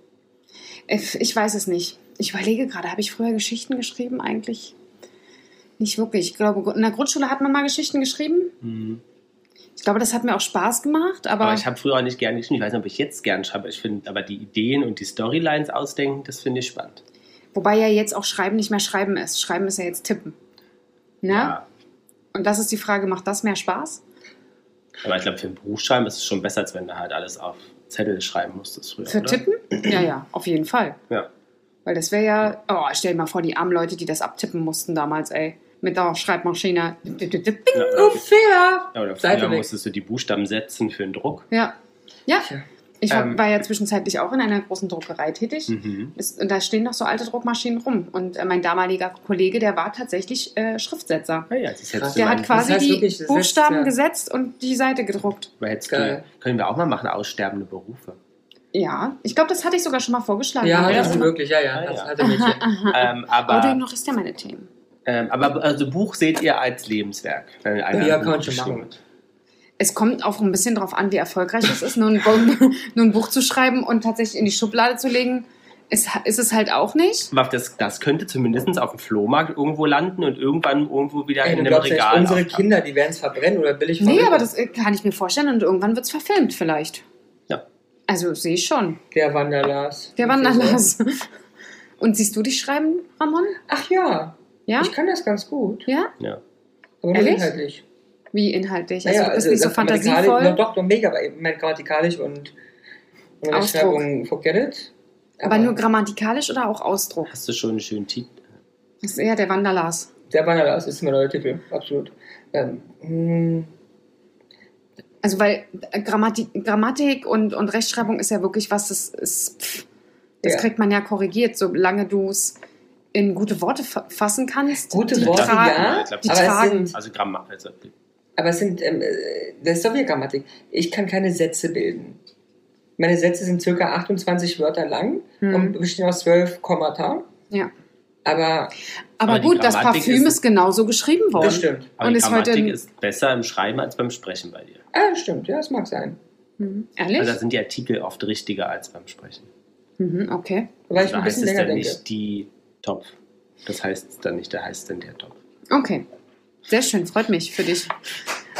Ich ich weiß es nicht. Ich überlege gerade, habe ich früher Geschichten geschrieben eigentlich? Nicht wirklich. Ich glaube, in der Grundschule hat man mal Geschichten geschrieben.
Mhm.
Ich glaube, das hat mir auch Spaß gemacht, aber,
Aber ich habe früher auch nicht gerne geschrieben. Ich weiß nicht, ob ich jetzt gern schreibe. Ich finde aber die Ideen und die Storylines ausdenken, das finde ich spannend.
wobei ja jetzt auch Schreiben nicht mehr Schreiben ist. Schreiben ist ja jetzt Tippen. Ne?
Ja.
Und das ist die Frage, macht das mehr Spaß?
Aber ich glaube, für ein Buch schreiben ist es schon besser, als wenn du halt alles auf Zettel schreiben musstest früher.
Für
oder?
Tippen? Ja, ja, auf jeden Fall.
Ja.
Weil das wäre ja, oh, stell dir mal vor, die armen Leute, die das abtippen mussten damals, ey. Mit der Schreibmaschine.
Ja, oder,
Ungefähr!
ja, oder
Seite
früher
weg.
musstest du die Buchstaben setzen für einen Druck.
Ja. Ja,
Tja,
ich war,
Ähm. Hm.
war ja zwischenzeitlich auch in einer großen Druckerei tätig. Ist- Und da stehen noch so alte Druckmaschinen rum. Und äh, mein damaliger Kollege, der war tatsächlich äh, Schriftsetzer.
Ah Ja, ja, das
Krass.
hättest du,
Der
Ja,
hat
mal,
das
quasi
heißt
die
wirklich, das
Buchstaben
setzt,
gesetzt und die Seite gedruckt.
hättest
Geil.
du, können wir auch mal machen, aussterbende Berufe.
Ja, ich glaube, das hatte ich sogar schon mal vorgeschlagen.
ja,
Haben wir
das
das
ist
noch-
wirklich, ja, ja.
Ah,
Das
ja.
hatte Mädchen.
ähm,
Audio
aber
noch ist ja meine Themen.
ähm, aber also Buch seht ihr als Lebenswerk. Wenn einer
Ja,
ein
kann
Buch
man schon
geschrieben
machen.
hat.
Es kommt auch ein bisschen darauf an, wie erfolgreich es ist. Nur ein, Buch, nur ein Buch zu schreiben und tatsächlich in die Schublade zu legen, ist, ist es halt auch nicht.
Aber das, das könnte zumindest auf dem Flohmarkt irgendwo landen und irgendwann irgendwo wieder
Ey,
in
du
einem
glaubst ja nicht,
Regal.
unsere
auftauchen.
Kinder, die werden es verbrennen oder billig
Nee,
verbrennen.
aber das äh, kann ich mir vorstellen und irgendwann wird es verfilmt vielleicht.
Ja.
Also sehe ich schon.
Der Wanderlars.
Der Wanderlass. Und siehst du dich schreiben, Ramon?
Ach ja,
Ja?
ich kann das ganz gut.
Ja?
Ja.
Aber nur
Ehrlich?
inhaltlich.
Wie inhaltlich? Also du bist nicht so
grammatikalisch-
fantasievoll,
Na, doch, doch, mega, aber ich meine grammatikalisch und, und
Ausdruck.
Rechtschreibung, forget it.
aber nur grammatikalisch oder auch Ausdruck?
Hast du schon einen schönen Titel?
Das ist eher der Wanderlass.
der Wanderlars ist mein neuer Titel, absolut. Ähm, mh,
Also weil äh, Grammatik, Grammatik und, und Rechtschreibung ist ja wirklich was, das ist, pff, das
Ja.
kriegt man ja korrigiert, solange du es in gute Worte fa fassen kannst.
Gute
die
Worte,
tragen-
ja,
Die
aber es
tragen.
sind,
Also Grammar. Also,
aber es sind ähm, äh, das ist doch wieder Grammatik. Ich kann keine Sätze bilden. Meine Sätze sind circa 28 Wörter lang
Hm.
und bestehen aus 12 Kommata.
Ja.
Aber
Aber
Aber die
gut, das
Grammatik
Parfüm
ist-
ist, genauso geschrieben worden.
das stimmt.
aber
Und
die
ist heute
Grammatik
ein-
ist besser im Schreiben als beim Sprechen bei dir.
Ah, das stimmt, ja, das mag sein.
Mhm. Ehrlich?
Also da sind die Artikel oft richtiger als beim Sprechen.
mhm, okay.
Weil
Also
ich ein
da heißt
bisschen
es
länger
dann
denke.
nicht die Topf. Das heißt es dann nicht, da heißt es dann der Topf.
Okay. Sehr schön, freut mich für dich.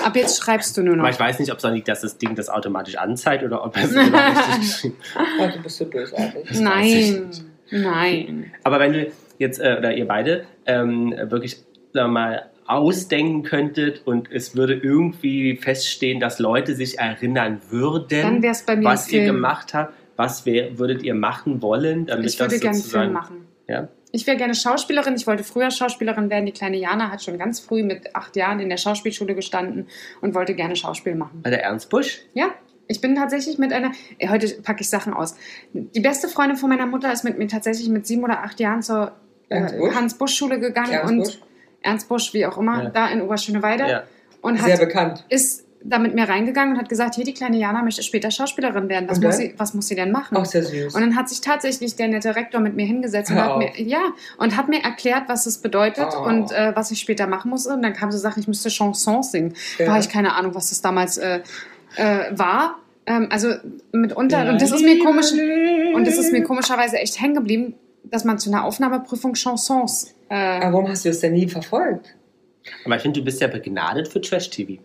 Ab jetzt schreibst du nur
Aber
noch.
ich weiß nicht, ob es auch nicht, dass das Ding das automatisch anzeigt oder ob er es immer richtig geschrieben
Oh, du bist so bösartig.
das weiß ich
Nein,
nicht.
nein.
Aber wenn du jetzt, äh, oder ihr beide, ähm, wirklich sagen wir mal ausdenken könntet und es würde irgendwie feststehen, dass Leute sich erinnern
Dann
würden,
wäre es bei mir
was
ein
ihr
Film.
gemacht habt, was wär, würdet ihr machen wollen, damit
Ich würde
das
gerne einen
sozusagen...
Film machen.
Ja?
Ich wäre gerne Schauspielerin. Ich wollte früher Schauspielerin werden. Die kleine Jana hat schon ganz früh mit acht Jahren in der Schauspielschule gestanden und wollte gerne Schauspiel machen.
Bei der Ernst Busch?
Ja, ich bin tatsächlich mit einer. Ey, heute packe ich Sachen aus. Die beste Freundin von meiner Mutter ist mit mir tatsächlich mit sieben oder acht Jahren zur
Ernst
äh,
Busch?
Hans-Busch-Schule gegangen
Ernst
und
Busch?
Ernst Busch, wie auch immer,
Ja.
da in Oberschöneweide.
Ja.
Und
Sehr
hat,
bekannt.
ist da mit mir reingegangen und hat gesagt, hier, die kleine Jana möchte später Schauspielerin werden. Was,
Okay.
muss, sie, was muss sie denn machen?
Auch sehr süß.
Und dann hat sich tatsächlich der nette Rektor mit mir hingesetzt und
Hör
hat
auf.
mir, ja, und hat mir erklärt, was es bedeutet
Oh.
und äh, was ich später machen muss. Und dann kam so Sachen, ich müsste Chansons singen.
Ja.
Da habe ich keine Ahnung, was das damals äh, äh, war. Ähm, also mitunter, und das ist mir komisch, und das ist mir komischerweise echt hängen geblieben, dass man zu einer Aufnahmeprüfung Chansons. Äh,
Aber Ah, warum hast du es denn nie verfolgt?
Aber ich finde, du bist ja begnadet für Trash-TV.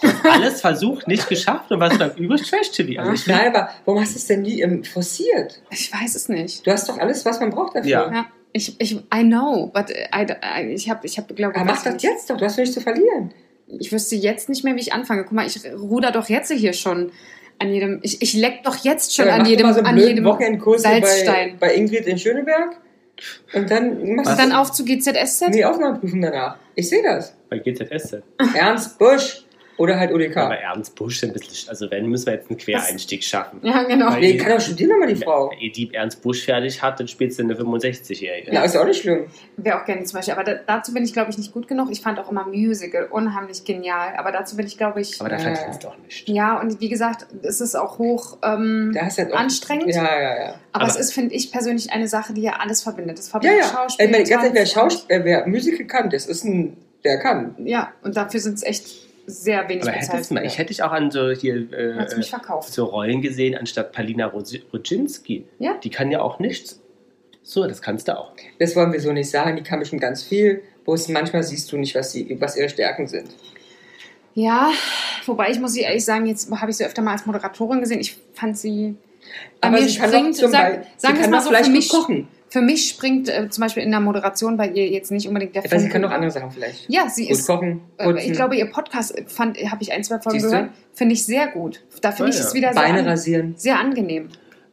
Du hast alles versucht, nicht geschafft und was dann übelst Trash-TV. Also ich finde,
Nein, aber warum hast du es denn nie ähm, forciert?
ich weiß es nicht.
Du hast doch alles, was man braucht dafür.
Ja.
Ja, ich, ich, I know, but I, I, ich habe, ich habe, glaube
Aber Ah, mach das jetzt doch, du hast nichts zu verlieren.
ich wüsste jetzt nicht mehr, wie ich anfange. Guck mal, ich ruder doch jetzt hier schon an jedem, ich, ich leck doch jetzt schon
Ja,
an
mach
jedem,
mal so einen
an
blöden
jedem
Wochenendkurs hier
Salzstein.
Bei, bei Ingrid in Schöneberg. Und dann machst
Und dann auf zu GZSZ?
Nee, Aufnahmeprüfen danach. Ich sehe das.
bei GZSZ.
Ernst Busch oder halt ODK.
Aber Ernst Busch ist ein bisschen. sch- Also, wenn, müssen wir jetzt einen Quereinstieg schaffen.
Ja, genau.
Weil-
Nee, kann doch studieren nochmal die Frau.
Wenn Edip Ernst Busch fertig hat, dann spielst du eine 65-Jährige.
Na, ist auch nicht schlimm.
Wäre auch gerne zum Beispiel. Aber da, dazu bin ich, glaube ich, nicht gut genug. Ich fand auch immer Musical unheimlich genial. Aber dazu bin ich, glaube ich,
Aber da
Ja.
verdienst du auch nicht.
ja, und wie gesagt, es ist auch hoch. Ähm,
Da hast du halt auch,
Anstrengend?
Ja, ja, ja.
aber,
aber-
es ist, finde ich persönlich, eine Sache, die ja alles verbindet. Das
Ja,
verbindet
ja.
Schauspiel.
Ich meine, ganz ehrlich, wer,
Tanz
Schaus äh, wer Musical kann, das ist ein. Der kann.
und- Ja, und dafür sind es echt sehr wenig
Aber hättest du mal, ich hätte dich auch an so hier äh,
Hat's mich verkauft.
so Rollen gesehen, anstatt Palina Rodzi- Rodzinski.
Ja.
Die kann ja auch nichts. So, das kannst du auch.
Das wollen wir so nicht sagen. Die kann bestimmt ganz viel. Bloß manchmal siehst du nicht, was, sie, was ihre Stärken sind.
Ja, wobei ich muss sie ehrlich sagen, jetzt habe ich sie öfter mal als Moderatorin gesehen. Ich fand sie. Bei
Aber
mir
sie kann doch
springt,
zum
sag,
Beispiel.
sagen
sie
wir es
kann
mal
doch
so,
vielleicht
für
gut
mich,
kochen.
für mich springt äh, zum Beispiel in der Moderation bei ihr jetzt nicht unbedingt der
Ich weiß, sie
Funke.
kann doch andere Sachen vielleicht.
Ja, sie
Gut
ist.
kochen.
Äh,
putzen.
ich glaube, ihr Podcast fand, habe ich ein, zwei Folgen
Siehst du?
gehört. Finde ich sehr gut. Da finde
Ah,
ich
ja.
es wieder sehr,
Beine
Also an,
rasieren.
sehr angenehm.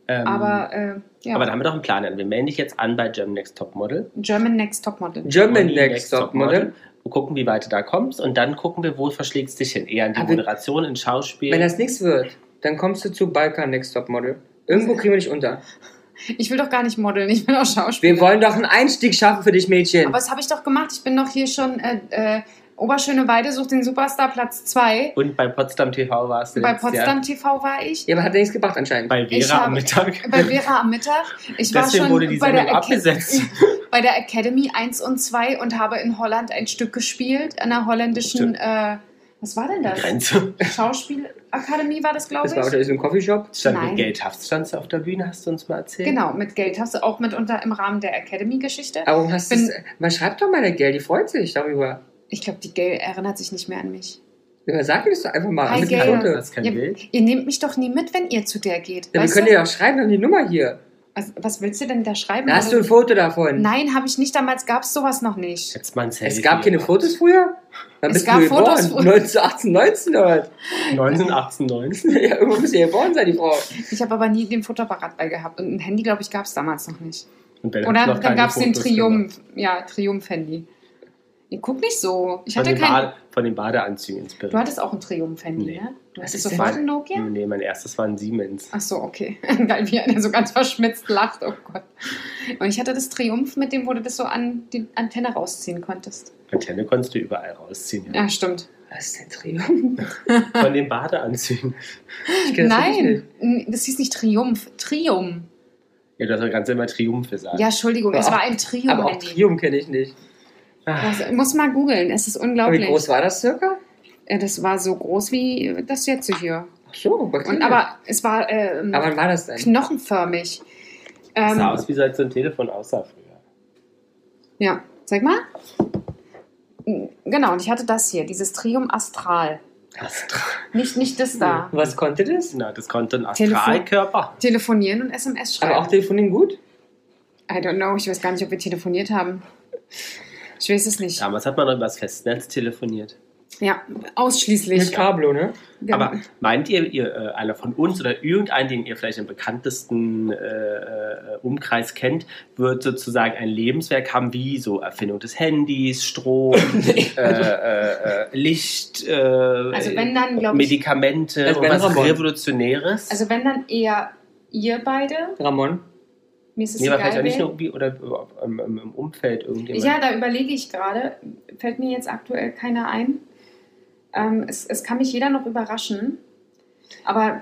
Ähm,
Aber äh, ja,
aber da haben wir doch einen Plan an. Wir melden dich jetzt an bei German Next Topmodel.
German Next Topmodel.
German Next Top Model.
Wir gucken, wie weit du da kommst und dann gucken wir, wo verschlägst dich hin. Eher in die
Aber-
Moderation, in Schauspiel.
Wenn das nichts wird, dann kommst du zu Balkan Next Top Model. Irgendwo kriegen wir dich unter.
Ich will doch gar nicht modeln, ich bin auch
Wir
Schauspieler.
wollen doch einen Einstieg schaffen für dich, Mädchen.
Aber das habe ich doch gemacht. Ich bin doch hier schon. Äh, äh, Oberschöneweide sucht den Superstar Platz 2.
und bei Potsdam TV warst du
Bei
letztes Jahr.
Potsdam TV war ich.
ja, aber hat er nichts gebracht anscheinend.
Bei
Ich
Vera am
habe-
Mittag.
Bei Vera am Mittag. Ich
Deswegen
war schon
wurde die
bei,
Sendung
der Acad-
abgesetzt.
bei der Academy 1 und 2 und habe in Holland ein Stück gespielt, an der holländischen, äh, was war denn das?
Grenze.
Schauspielakademie war das, glaube
das war
ich.
unter diesem Coffeeshop.
Stand
Nein.
mit Geldhaft. Standst du auf der Bühne, hast du uns mal erzählt?
Genau, mit Geld hast du auch mitunter im Rahmen der Academy-Geschichte.
Aber warum hast du
Bin-
Man schreibt doch mal der Gell, die freut sich darüber.
Ich glaube, die Gail erinnert sich nicht mehr an mich.
Ja, Sag mir das doch einfach mal.
Hi,
mit
Gell.
Note.
Das ist kein
Ihr,
Bild.
ihr nehmt mich doch nie mit, wenn ihr zu der geht.
Ja, wir
weißt
können
du?
dir doch schreiben, wir haben die Nummer hier.
also, was willst du denn da schreiben? Also
Da hast du ein Foto davon.
Nein, habe ich nicht. Damals gab es sowas noch nicht.
Jetzt mal ein Selfie.
Es gab keine Fotos früher? Wann
Es
bist
gab
du geboren?
Fotos früher.
1918, 19 oder was?
19, 18, 19.
Ja, irgendwo muss ja geboren sein, die Frau.
Ich habe aber nie den Fotoapparat bei gehabt. Und ein Handy, glaube ich, gab es damals noch nicht.
Und Ben hat
Oder
noch
dann
keine
gab es den
Fotos
Triumph, ja, Triumph-Handy. Ich guck nicht so. Ich
Von
hatte
den,
kein.
Bade, von den Badeanzügen
Du
inspiriert.
hattest auch ein Triumph-Handy,
Nee.
ne? Du
Was
hattest
ist denn
sofort
das?
ein Nokia?
Nee, mein erstes war ein Siemens.
Ach so, okay. Geil, wie er so ganz verschmitzt lacht. Oh Gott. Und ich hatte das Triumph, mit dem wo du das so an die Antenne rausziehen konntest.
Antenne konntest du überall rausziehen. Ja.
Ja, stimmt.
Was ist denn Triumph?
Von den Badeanzügen.
Ich kenn das wirklich
Nein,
nicht.
n- das hieß nicht Triumph. Trium.
Ja, du hast ja ganz immer Triumph gesagt.
Ja, Entschuldigung, es
Aber
war
auch-
ein
Aber auch
Trium-Handy.
Triumph kenne ich nicht.
Ah,
Also, muss mal googeln, es ist
Aber wie
unglaublich.
groß war das circa?
Ja, Äh, Das war so groß wie das jetzt hier.
Ach so, Bakterien.
Und, aber es war ähm,
aber wann war das denn?
knochenförmig.
das sah
Ähm,
aus, wie seit so ein Telefon aussah früher.
ja, zeig mal. Genau, und ich hatte das hier, dieses Trium Astral. Nicht, nicht das da.
Was konnte das?
Na, das konnte ein
Telefon.
Astralkörper.
Telefonieren und SMS
Aber auch
schreiben.
Telefonieren gut?
I don't know, ich weiß gar nicht, ob wir telefoniert haben. Ich weiß es nicht. Ja,
Damals hat man noch über das Festnetz telefoniert.
ausschließlich.
Mit Cablo, ne?
Genau.
Aber meint ihr, ihr äh, einer von uns oder irgendeinen, den ihr vielleicht im bekanntesten äh, äh, Umkreis kennt, wird sozusagen ein Lebenswerk haben wie so Erfindung des Handys, Strom, äh,
also-
äh, äh, Licht, äh,
also wenn dann, glaube ich,
Medikamente
Also
und
wenn
was
Ramon.
Revolutionäres?
also wenn dann eher ihr beide.
Ramon.
Mir ist es
nee, aber vielleicht
egal,
auch nicht
wer.
nur irgendwie oder überhaupt im, im im Umfeld irgendjemand.
Ja, da überlege ich gerade. Fällt mir jetzt aktuell keiner ein. Ähm, es, es kann mich jeder noch überraschen. Aber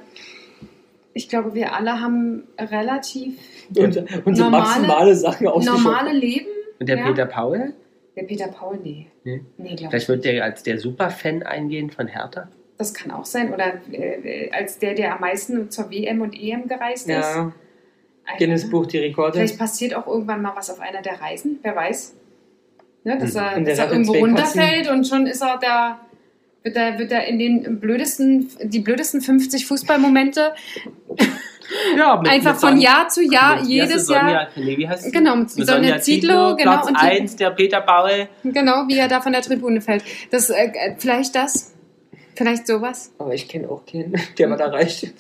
ich glaube, wir alle haben relativ
Und, und so
Normale-
maximale Sachen
normale
ausgeschaut.
Leben.
Und der
Ja.
Peter Paul?
Der Peter Paul, nee.
Nee.
Nee, glaube ich.
Vielleicht wird der als der Superfan eingehen von Hertha.
Das kann auch sein. Oder äh, als der, der am meisten zur WM und EM gereist ist.
Ja,
Also,
Guinness Buch die Rekorde.
Vielleicht passiert auch irgendwann mal was auf einer der Reisen. Wer weiß. Ne, dass
Mhm.
er,
Und der
dass er
sagt uns
irgendwo
Weltkasten.
runterfällt und schon ist er da. Wird er, wird er in den blödesten, die blödesten 50 Fußballmomente
Ja, mit,
einfach von
Sonja-
Jahr zu Jahr,
mit- wie heißt
jedes
sie? Also Sonja,
Jahr,
Nee, wie heißt sie?
Genau, mit Sonja Zietlow, genau,
Platz
und die-
1, der Peter Paul.
genau wie er da von der Tribüne fällt. Das, äh, äh, vielleicht das, vielleicht sowas.
Aber ich kenne auch keinen, der war da
Hm.
reich.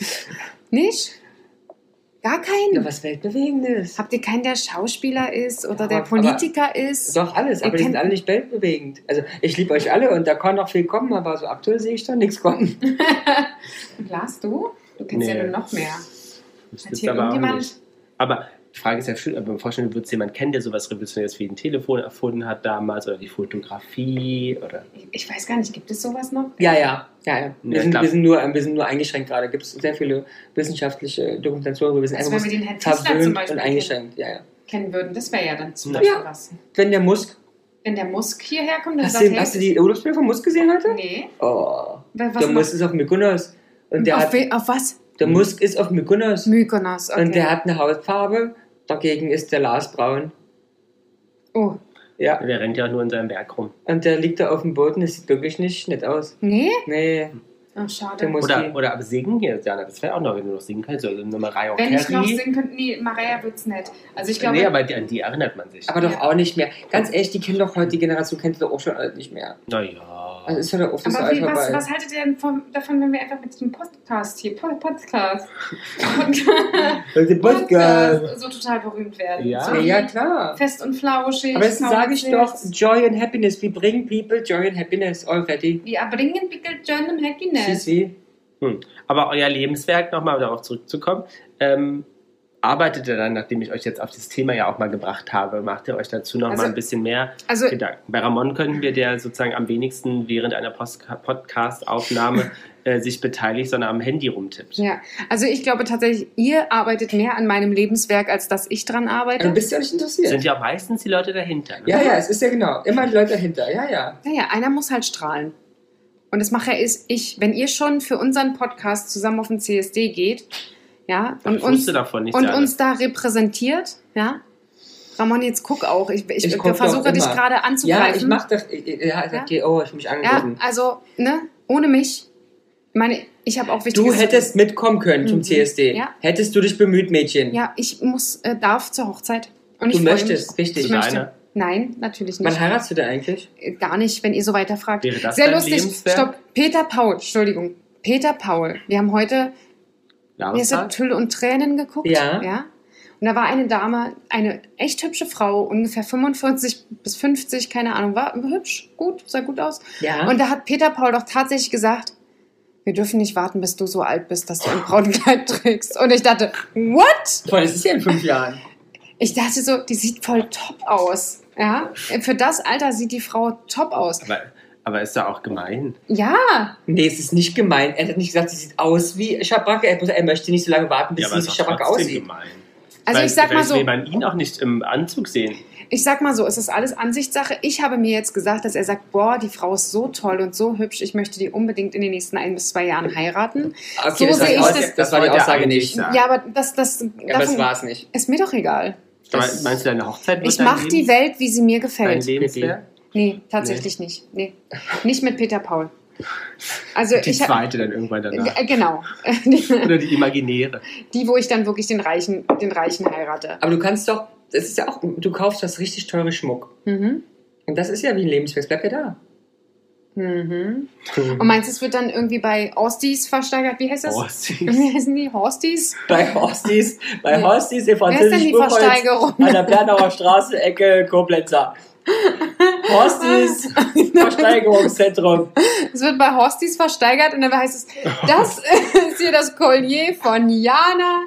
Nicht? Gar keinen?
Ja, was Weltbewegendes.
Habt ihr keinen, der Schauspieler ist oder
Ja,
der
aber-
Politiker ist?
Doch, alles,
Ihr
aber die sind
kennt-
alle nicht weltbewegend. Also, ich liebe euch alle und da kann noch viel kommen, aber so aktuell sehe ich da nichts kommen.
Lars, du? Du kennst
Nee.
ja nur noch mehr.
Das
Hat
gibt's
hier
aber auch
irgendjemand-
nicht. Aber die Frage ist ja schön, aber vorstellen wird es jemand kennen, der sowas Revolutionäres wie ein Telefon erfunden hat damals oder die Fotografie oder.
Ich- Ich weiß gar nicht, gibt es sowas noch?
Ja, ja, ja, ja. Wir,
Ja,
sind,
klar.
wir, sind, nur, wir sind nur eingeschränkt gerade. Gibt es sehr viele wissenschaftliche Dokumentationen, wo wir sind
Also
einfach
wenn wir den
bloß
Herrn Fichtner zum
verwöhnt
Beispiel
und
kennen,
eingeschränkt. Ja, ja.
kennen würden, das wäre ja dann zum
Ja.
Beispiel was.
Wenn der Musk.
Wenn der Musk hierher kommt, dann
Hast
sagt
du, hast du
er,
die Urlaubsbilder von Musk gesehen heute?
nee,
Oh.
Wer- was
Der Musk
macht-
ist auf Mykonos. Und der,
auf,
hat,
we- auf was?
der Musk ist auf Mykonos.
Mykonos, okay.
Und der hat eine Hautfarbe. Dagegen ist der Lars braun.
oh,
Ja.
Der rennt ja nur in seinem Berg rum.
Und der liegt da auf dem Boden. Das sieht wirklich nicht nett aus.
nee?
Nee.
Oh,
Der
schade.
muss-
Oder,
gehen.
oder aber singen hier, Jana, das wäre auch noch, wenn du noch singen kannst. Also eine Mariah
Wenn ich noch
Carey.
singen könnte, nee, Maria wird's nicht. Also ich glaube,
Nee, aber die, an die erinnert man sich.
Aber doch
Ja.
auch nicht mehr. Ganz ehrlich, die kennen doch heute, die Generation kennt doch auch schon alt nicht mehr.
naja.
Also ist ja doch auch das
aber wie,
Alter
was,
bei.
was haltet ihr denn vom, davon, wenn wir einfach mit diesem Podcast hier, Po- Podcast,
Also Podcast.
Podcast so total berühmt werden?
Ja.
So
Ja,
wie
ja, klar.
Fest und flauschig.
Aber deswegen sage ich doch,
Faulitz.
Joy and Happiness. We bring people Joy and Happiness. All ready.
Wir bringen Pickel John im Happiness.
Sisi.
Aber euer Lebenswerk, nochmal um darauf zurückzukommen, ähm, arbeitet ihr dann, nachdem ich euch jetzt auf das Thema ja auch mal gebracht habe, macht ihr euch dazu nochmal
Also-
ein bisschen mehr
Also
Gedanken. Bei Ramon könnten wir, der sozusagen am wenigsten während einer Post- Podcast-Aufnahme äh, sich beteiligt, sondern am Handy rumtippt.
Ja, also ich glaube tatsächlich, ihr arbeitet mehr an meinem Lebenswerk, als dass ich dran
Also
arbeite.
bist du ja nicht interessiert.
Sind ja auch meistens die Leute dahinter. Ne?
Ja, ja, es ist ja genau. Immer die Leute dahinter. Ja, ja.
Naja, einer muss halt strahlen. Und das mache ist ich, wenn ihr schon für unseren Podcast zusammen auf den CSD geht, ja,
Ich
und
wusste
uns,
davon nicht.
und
Jana.
uns da repräsentiert, ja. Ramon, jetzt guck auch. Ich, ich,
Ich guck
versuche
doch
dich
immer.
gerade anzugreifen.
Ja, ich mach das. ich- ich- Ja, ich
Ja?
okay, oh, ich hab mich
Ja,
angegriffen.
also, ne, ohne mich. Ich meine, ich habe auch
du
wichtiges
hättest mitkommen können zum
Mhm.
CSD.
Ja.
Hättest du dich bemüht, Mädchen.
Ja, ich muss, äh, darf zur Hochzeit. Und
Du
ich freue
möchtest,
Mich.
richtig.
Ich
Zu
möchte.
deiner?
Nein, natürlich nicht.
Wann heiratest du denn eigentlich?
Äh, gar nicht, wenn ihr so weiterfragt.
Wäre das
Sehr
dein
lustig.
Lebenswerk?
Stopp. Peter Paul, Entschuldigung. Peter Paul. Wir haben heute mir ist
Larissa?
mit Tüll und Tränen geguckt.
Ja.
ja. Und da war eine Dame, eine echt hübsche Frau, ungefähr 45 bis 50, keine Ahnung, war hübsch, gut, sah gut aus.
Ja.
Und da hat Peter Paul doch tatsächlich gesagt, wir dürfen nicht warten, bis du so alt bist, dass du ein Brautkleid trägst. Und ich dachte, what?
Voll, das ist ja in fünf Jahren.
Ich dachte so, die sieht voll top aus. Ja, für das Alter sieht die Frau top aus.
aber, aber ist da auch gemein.
Ja,
Nee, es ist nicht gemein. Er hat nicht gesagt, sie sieht aus wie Schabracke. Er, muss- er möchte nicht so lange warten, bis
Ja, aber
sie
ist
wie
auch
Schabracke
trotzdem
aussieht.
gemein.
Also
Weil
ich sag mal
vielleicht will
so,
man ihn auch nicht im Anzug sehen.
ich sag mal so, es ist alles Ansichtssache. Ich habe mir jetzt gesagt, dass er sagt, boah, die Frau ist so toll und so hübsch, ich möchte die unbedingt in den nächsten ein bis zwei Jahren heiraten.
Okay,
So
das,
sehe
war die
ich
Aus-
das-
das war die
wollte er
Aussage
eigentlich
nicht.
sagen.
Ja, aber das, das,
Ja, aber
davon
das war es nicht.
ist mir doch egal.
aber
das-
meinst du, deine Hochzeit wird
Ich
dein
mache die
Lebens-
Welt, wie sie mir
dein
gefällt.
Lebenswerk?
Nee, tatsächlich nicht. Nee, nicht mit Peter Paul. Also
Die
ich habe...
zweite dann irgendwann danach.
Genau.
Oder die imaginäre.
Die, wo ich dann wirklich den Reichen, den Reichen heirate.
Aber du kannst doch, das ist ja auch, du kaufst das richtig teure Schmuck.
Mhm.
Und das ist ja wie ein Lebenswerk. Bleibt ja da.
Mhm. Und meinst du, es wird dann irgendwie bei Ostis versteigert? Wie heißt das?
Oh, süß.
Wie heißen die? Horsties?
Bei Horstis, bei
Ja. Wer ist
Horstis in
denn
französisch
die
Buchholz
Versteigerung?
an der Bernauer Straße, Ecke Koblenzer. Horstis Versteigerungszentrum.
Es wird bei Horsties versteigert und dann heißt es, das ist hier das Collier von Jana.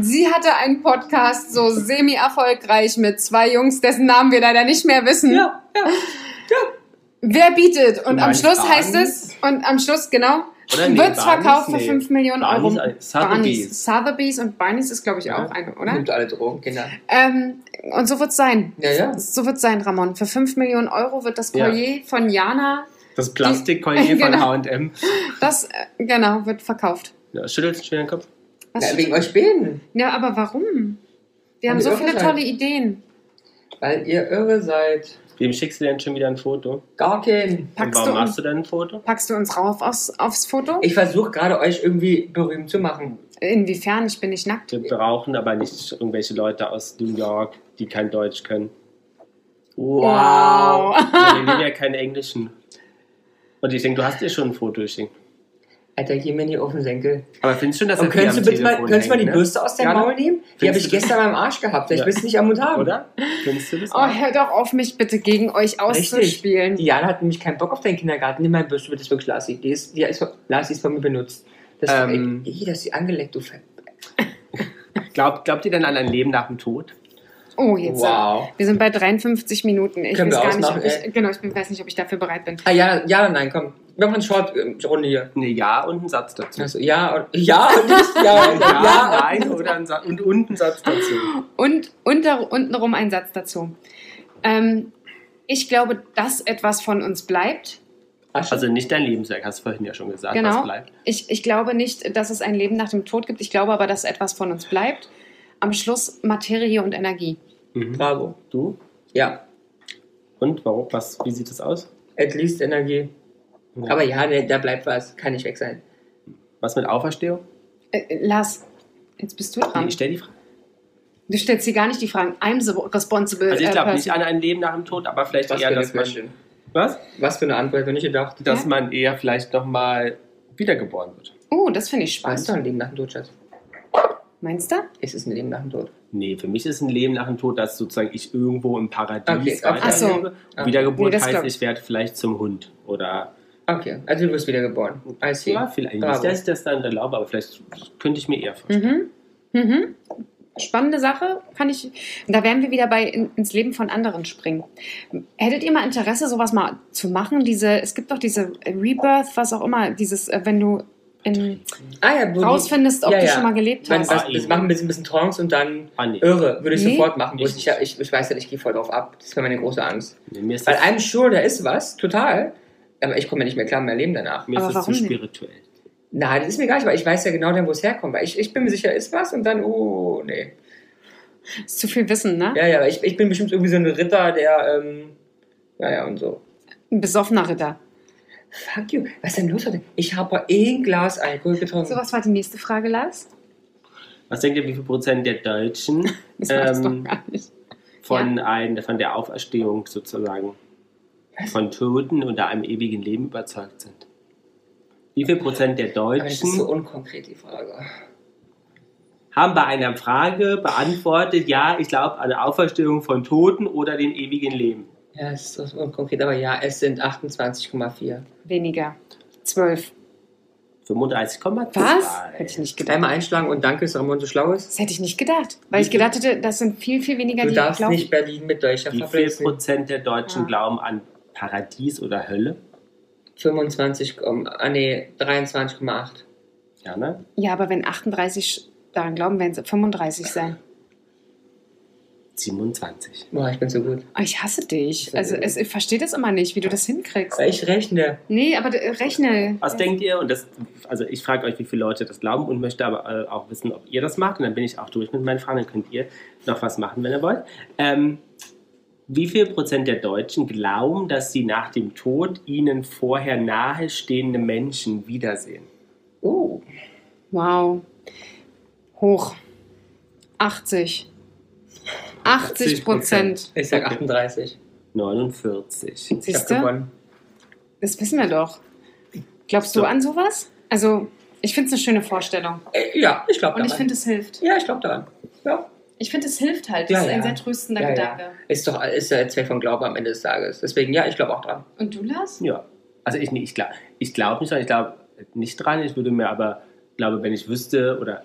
Sie hatte einen Podcast so semi-erfolgreich mit zwei Jungs, dessen Namen wir leider nicht mehr wissen.
Ja, ja.
Wer bietet? Und am
Meinst
Schluss
Barnis?
heißt es, und am Schluss, genau,
Oder nee,
wird's
Barnis?
verkauft für
Nee.
5 Millionen
Barnis,
Euro.
äh, Sotheby's.
Sotheby's und Barney's ist, glaube ich,
Ja.
auch eine, oder?
Nimmt alle Drogen, Kinder.
Ähm, und so wird's sein.
Ja, ja.
So wird's sein, Ramon. Für 5 Millionen Euro wird das
Ja.
Collier von Jana,
Das Plastikkollier von
Genau.
H&M.
das, äh, genau, wird verkauft.
Ja, schüttelst du schon den Kopf?
Was
Na, wegen euch Spänen.
Ja, aber warum? Wir haben
Haben die
so viele
Irre sein.
tolle Ideen.
Weil ihr irre seid.
Wem schickst du denn schon wieder ein Foto?
Gar kein.
Und
Packst
warum
du, uns,
machst
um-
du denn ein Foto?
packst du uns rauf aufs, aufs Foto?
Ich versuche gerade euch irgendwie berühmt zu machen.
Inwiefern? Ich bin nicht nackt.
Wir brauchen aber nicht irgendwelche Leute aus New York, die kein Deutsch können.
Wow.
Wir nehmen ja keinen Englischen. Und ich denke, du hast dir schon ein Foto geschickt.
Alter, geh mir nicht auf den Senkel.
Aber findest du, dass
Und
er viel
Also könntest du
am
bitte mal,
Also, Telefon
könntest du mal die
hängt, ne?
Bürste aus deinem
Ja, ne?
Maul nehmen? Die habe
Findest
ich
du-
gestern beim Arsch gehabt. Vielleicht
Ja.
willst du nicht am Mund haben.
Oder? Findest du das?
Oh, hör doch auf, mich bitte gegen euch
Richtig.
auszuspielen.
Die Jana hat nämlich keinen Bock auf deinen Kindergarten. Nimm mal eine Bürste, wird das wirklich Lassi. Die ist, die ist, Lassi ist von mir benutzt. Das,
Ähm.
ey, das ist sie angeleckt, du Ver
Glaubt, glaubt ihr denn an ein Leben nach dem Tod?
Oh, jetzt.
Wow.
Wir sind bei 53 Minuten. Ich
Können
weiß
wir
gar nicht, ob
ausmachen, ey.
ich, genau, ich bin- weiß nicht, ob ich dafür bereit bin.
Ah, Jana, Jana, nein, komm. Wir machen eine Short-Runde hier.
Ne, ja und ein Satz dazu.
Also, ja, und, ja und nicht, ja, und,
Ja,
ja,
nein oder ein Satz und, und ein Satz dazu.
Und unter, untenrum ein Satz dazu. Ähm, ich glaube, dass etwas von uns bleibt.
und Asche.
Also nicht dein Lebenswerk, hast du vorhin ja schon gesagt, was
Genau.
bleibt.
Ich, ich glaube nicht, dass es ein Leben nach dem Tod gibt. Ich glaube aber, dass etwas von uns bleibt. Am Schluss Materie und Energie.
Mhm.
Bravo.
Du?
Ja,
Und warum? Was, wie sieht das aus?
at least Energie. Aber ja, ne, da bleibt was. Kann nicht weg sein.
was mit Auferstehung?
Äh, äh, Lars, jetzt bist du
Nee,
dran.
ich stell die Frage.
Du stellst dir gar nicht die Fragen. I'm the responsible
Also ich
äh,
glaube
person.
nicht an ein Leben nach dem Tod, aber vielleicht
Was für
eher,
eine
dass man,
Question.
was?
Was für eine Antwort, wenn ich gedacht.
dass
Ja?
man eher vielleicht nochmal wiedergeboren wird.
Oh, das finde ich
Was ah, ist
spannend.
doch ein Leben nach dem Tod, Schatz?
Meinst du?
Es ist ein Leben nach dem Tod.
Nee, für mich ist ein Leben nach dem Tod, dass sozusagen ich irgendwo im
Okay,
Paradies
okay.
weiterlebe.
Ach so.
Wiedergeburt
Nee, das
heißt,
glaub-
ich werde vielleicht zum Hund oder
Okay, also du wirst wiedergeboren. I see.
ja, vielleicht
Bravo.
nicht, dass ich das dann erlaube, aber vielleicht könnte ich mir eher vorstellen.
Mhm. Mhm. Spannende Sache, kann ich. Da wären wir wieder bei in, ins Leben von anderen springen. Hättet ihr mal Interesse, sowas mal zu machen? Diese, es gibt doch diese Rebirth, was auch immer, dieses, äh, wenn du in,
Ah ja, wo die-
rausfindest, ob
Ja,
du
ja.
schon mal gelebt
Wenn,
hast.
was, das machen wir ein bisschen, bisschen Trance und dann
Hm.
Ah, nee.
irre. Würde ich
Nee.
sofort machen. Wo
Ich
ich, ich, ich, ich weiß ja, ich gehe voll drauf ab. Das wäre meine große Angst.
nee mir ist
Weil
das,
I'm sure, da ist was, total. Aber ich komme ja nicht mehr klar mit meinem Leben danach.
mir
Aber
ist das zu
warum denn?
spirituell.
Na, das ist mir gar nicht, weil ich weiß ja genau dann, wo es herkommt. Weil ich, ich bin mir sicher, ist was und dann, oh, nee.
Ist zu viel Wissen, ne?
Ja, ja, aber ich, ich bin bestimmt irgendwie so ein Ritter, der, ähm, naja, und so.
Ein besoffener Ritter.
Fuck you, was ist denn los heute? Ich habe eh ein Glas Alkohol getrunken.
So, was war die nächste Frage, Lars?
Was denkt ihr, wie viel Prozent der Deutschen
Das war das doch
ähm,
gar nicht.
von, ein, von der Auferstehung sozusagen von Toten oder einem ewigen Leben überzeugt sind? Wie viel Prozent der
aber das
Deutschen
ist so unkonkret, die Frage.
haben bei einer Frage beantwortet, ja, ich glaube an eine Auferstehung von Toten oder dem ewigen Leben.
Ja, es ist so unkonkret, aber ja, es sind 28,4.
Weniger. Zwölf.
35,2.
Was? Hätte ich nicht gedacht.
Einmal einschlagen und danke, dass Ramon so schlau ist.
Das hätte ich nicht gedacht. Weil ich gedacht hätte, das sind viel, viel weniger,
Du
die
darfst
glauben.
nicht Berlin mit Deutscher
Wie viel
verwechseln.
Prozent der Deutschen
Ah.
glauben an Paradies oder Hölle?
25, um, ah nee, 23,8.
Ja, ne?
Ja, aber wenn 38 daran glauben, werden sie 35 sein.
27.
Boah, ich bin so gut.
Oh, ich hasse dich. Also es, ich verstehe das immer nicht, wie du das hinkriegst.
Ich rechne.
Nee, aber äh, rechne.
Was denkt ihr? Und das, also ich frage euch, wie viele Leute das glauben und möchte aber äh, auch wissen, ob ihr das macht. Und dann bin ich auch durch mit meinen Fragen. Dann könnt ihr noch was machen, wenn ihr wollt. Ähm, wie viel Prozent der Deutschen glauben, dass sie nach dem Tod ihnen vorher nahestehende Menschen wiedersehen?
Oh,
Wow. Hoch. 80. 80 Prozent.
ich sag
Okay.
38.
49.
Ich hab
Siehst du?
gewonnen.
Das wissen wir doch. Glaubst du
So.
an sowas? Also, ich finde es eine schöne Vorstellung.
Äh, ja, ich glaube
Und
daran.
ich finde, es hilft.
ja, ich glaube daran. Ja.
Ich finde, es hilft halt.
Ja,
Das ist ein
ja.
sehr tröstender
Ja, ja.
Gedanke.
Ist doch ist ja Zweck von Glaube am Ende des Tages. Deswegen, ja, ich glaube auch dran.
Und du, Lars?
Ja. Also ich, nee, ich glaube ich glaub nicht dran, ich glaube nicht dran. Ich würde mir aber, glaube, wenn ich wüsste oder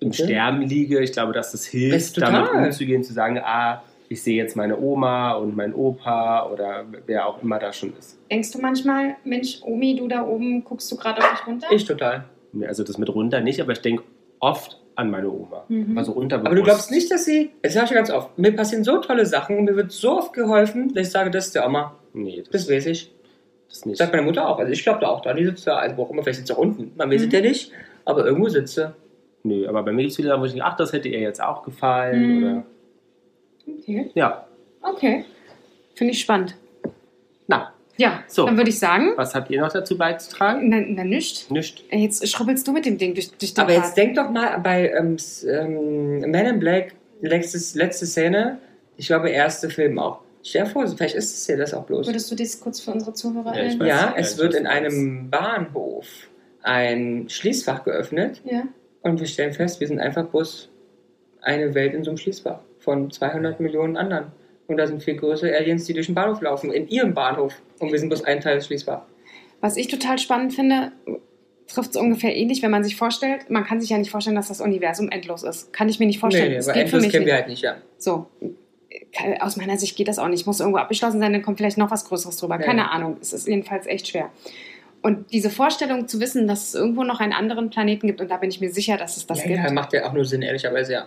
im
Okay.
Sterben liege, ich glaube, dass das hilft,
Das total.
damit umzugehen, zu sagen, ah, ich sehe jetzt meine Oma und meinen Opa oder wer auch immer da schon ist.
Denkst du manchmal, Mensch, Omi, du da oben, guckst du gerade auf dich runter?
Ich total.
Nee, Also das mit runter nicht, aber ich denke oft an meine Oma.
Mhm.
Also unterbewusst.
Aber du glaubst nicht, dass sie. Es sage ich ganz oft. Mir passieren so tolle Sachen und mir wird so oft geholfen, dass ich sage, das ist der Oma.
Nee, das,
Das weiß ich.
das nicht.
Sagt meine Mutter auch. Also ich glaube da auch dran. Die sitzt da, also wo auch immer, vielleicht sitzt sie auch unten. Man weiß
Mhm.
es ja nicht, aber irgendwo sitzt sie.
Nö, aber bei mir gibt es viele Sachen, wo ich denke, ach, das hätte ihr jetzt auch gefallen.
Mhm.
Oder,
Okay.
ja,
Okay. Finde ich spannend.
na,
Ja,
So.
dann würde ich sagen,
was habt ihr noch dazu beizutragen?
na, na nicht.
Nicht.
Jetzt schrubbelst du mit dem Ding durch, durch den
Aber jetzt
Bart.
denk doch mal bei ähm, s- ähm, Man in Black, letztes, letzte Szene, ich glaube, erste Film auch. Stell dir vor, vielleicht ist es ja das auch bloß.
Würdest du das kurz für unsere Zuhörer
Ja, ich weiß.
Ja,
nicht,
es
ich
wird
weiß
in
nicht.
einem Bahnhof ein Schließfach geöffnet
ja.
und wir stellen fest, wir sind einfach bloß eine Welt in so einem Schließfach von 200 Millionen anderen. Und da sind viel größere Aliens, die durch den Bahnhof laufen, in ihrem Bahnhof. Und wir sind bloß ein Teil des Schließfachs.
Was ich total spannend finde, trifft es ungefähr ähnlich, wenn man sich vorstellt, man kann sich ja nicht vorstellen, dass das Universum endlos ist. Kann ich mir nicht vorstellen.
Nee,
Es
aber
geht für
endlos
mich
kennen wir
nicht.
halt nicht, ja.
So. Ke- Aus meiner Sicht geht das auch nicht. Muss irgendwo abgeschlossen sein, dann kommt vielleicht noch was Größeres drüber.
Ja.
Keine Ahnung. Es ist jedenfalls echt schwer. Und diese Vorstellung zu wissen, dass es irgendwo noch einen anderen Planeten gibt, und da bin ich mir sicher, dass es das
ja,
gibt,
ja, macht ja auch nur Sinn, ehrlicherweise, ja.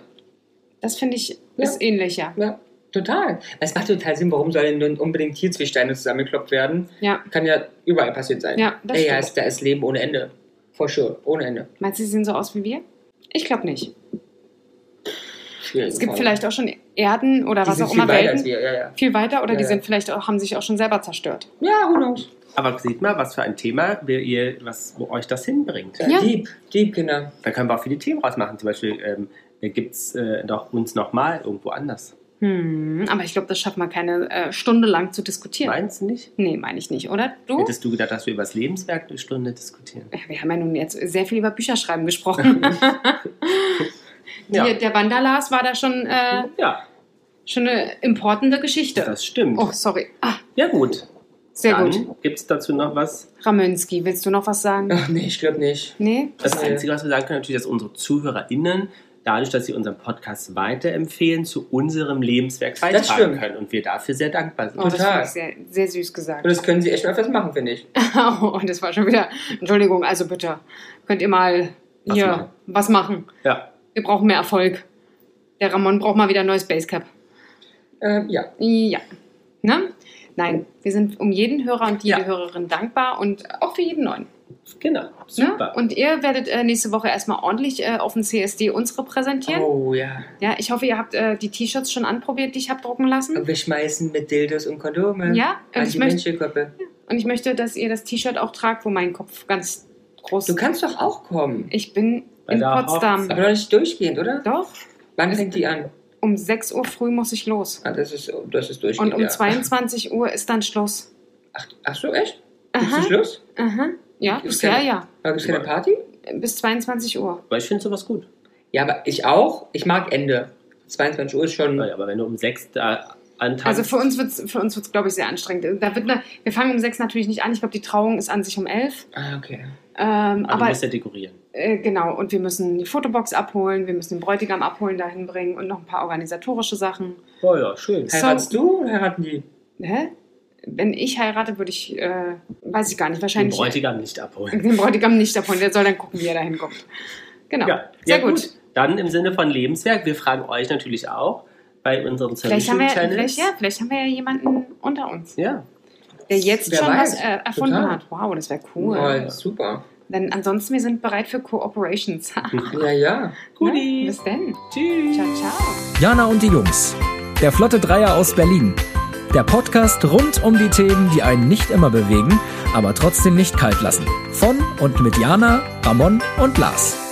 das finde ich
Ja.
ist ähnlich, ja.
Ja, total. Es macht total Sinn, warum sollen denn unbedingt hier zwei Steine zusammengekloppt werden?
Ja,
Kann ja überall passiert sein.
ja das
Ey, ja,
stimmt.
ist, da ist Leben ohne Ende. For sure, ohne Ende.
Meinst du, sie sehen so aus wie wir? Ich glaube nicht.
Schwierig.
Es gibt vielleicht auch schon Erden oder
die
was
sind
auch
viel
immer
weiter
Welten.
als wir. Ja, ja.
Viel weiter oder
Ja,
die
ja.
sind vielleicht auch, haben sich auch schon selber zerstört.
ja, who knows?
Aber seht mal, was für ein Thema wir ihr, was wo euch das hinbringt.
Ja.
Deep, deep, Kinder.
Da können wir auch viele Themen rausmachen. Zum Beispiel ähm, gibt es äh, doch uns nochmal irgendwo anders.
Hm, aber ich glaube, das schafft man keine äh, Stunde lang zu diskutieren.
Meinst du nicht?
Nee, meine ich nicht, oder? Du?
Hättest du gedacht, dass wir über das Lebenswerk eine Stunde diskutieren?
Ja, Wir haben ja nun jetzt sehr viel über Bücherschreiben gesprochen.
Ja.
Hier, der Wanderlars war da schon, äh,
Ja,
schon eine importante Geschichte.
das stimmt.
Oh, sorry. Ah,
Ja, gut.
sehr gut.
Dann gibt es dazu noch was.
Ramönski, willst du noch was sagen?
Ach nee, ich glaube nicht.
Nee?
Das
Ja.
Einzige, was wir sagen können, natürlich, dass unsere ZuhörerInnen dadurch, dass sie unseren Podcast weiterempfehlen, zu unserem Lebenswerk beitragen
stimmt.
können und wir dafür sehr dankbar sind.
Oh, das
Total.
war sehr, sehr süß gesagt.
Und das können sie echt mal öfters machen, finde ich.
Oh, das war schon wieder. Entschuldigung, also bitte. Könnt ihr mal
Was
hier
machen?
was machen?
Ja,
Wir brauchen mehr Erfolg. Der Ramon braucht mal wieder ein neues Basecap.
Ähm, ja,
Ja. Ne? Nein, wir sind um jeden Hörer und jede
Ja.
Hörerin dankbar und auch für jeden neuen.
genau.
Ne?
Super.
Und ihr werdet äh, nächste Woche erstmal ordentlich äh, auf dem CSD uns repräsentieren.
oh ja.
Ja, ich hoffe, ihr habt äh, die T-Shirts schon anprobiert, die ich habe drucken lassen.
Und wir schmeißen mit Dildos und
Ähm,
Kondome.
Ja,
An
und ich,
die
möchte,
Menschenköpfe.
und ich möchte, dass ihr das T-Shirt auch tragt, wo mein Kopf ganz groß
Du kannst doch auch kommen.
Ich bin
Bei
in
der
Potsdam.
Hochzeit.
Aber doch nicht durchgehend, oder?
Doch,
Wann fängt die an?
um 6 Uhr früh muss ich los.
Ah, das ist, das ist durchgehend.
Und um
ja.
22 Uhr ist dann Schluss.
Ach, ach so, echt? Gibt's einen
Aha,
Schluss?
aha. Ja,
Gibt's
bisher
keine-
ja.
Gibt es keine Party?
Bis 22 Uhr.
Aber ich finde sowas gut.
Ja, aber ich auch. Ich mag Ende. 22 Uhr ist schon.
Naja, aber wenn du um sechs da antanzt.
Mhm. Also für uns wird's, für uns wird's, glaube ich, sehr anstrengend. Da wird ne, wir fangen um sechs natürlich nicht an. Ich glaube, die Trauung ist an sich um elf.
Ah, okay.
Ähm,
aber du
aber
musst ja dekorieren.
äh, genau, und wir müssen die Fotobox abholen, wir müssen den Bräutigam abholen, dahin bringen und noch ein paar organisatorische Sachen.
Oh ja, schön.
So-
Heiratst du oder heiraten die?
Hä? Wenn ich heirate, würde ich, äh, weiß ich gar nicht,
Den
wahrscheinlich
Bräutigam nicht abholen.
den Bräutigam nicht abholen. Der soll dann gucken, wie er da hinkommt. Genau.
Ja,
Sehr
ja,
gut.
Dann im Sinne von Lebenswerk, wir fragen euch natürlich auch bei unseren
Vielleicht haben, wir, ja-
Channels.
vielleicht, ja, vielleicht haben wir ja jemanden unter uns,
ja,
der jetzt
Wer
schon
weiß.
was äh, erfunden
Total.
hat. Wow, das wäre cool.
Oh, super.
Denn ansonsten, wir sind bereit für Cooperations.
Ja, ja.
Goodie. Ne? Bis dann.
Tschüss.
Ciao, ciao.
Jana und die Jungs. Der Flotte Dreier aus Berlin. Der Podcast rund um die Themen, die einen nicht immer bewegen, aber trotzdem nicht kalt lassen. Von und mit Jana, Ramon und Lars.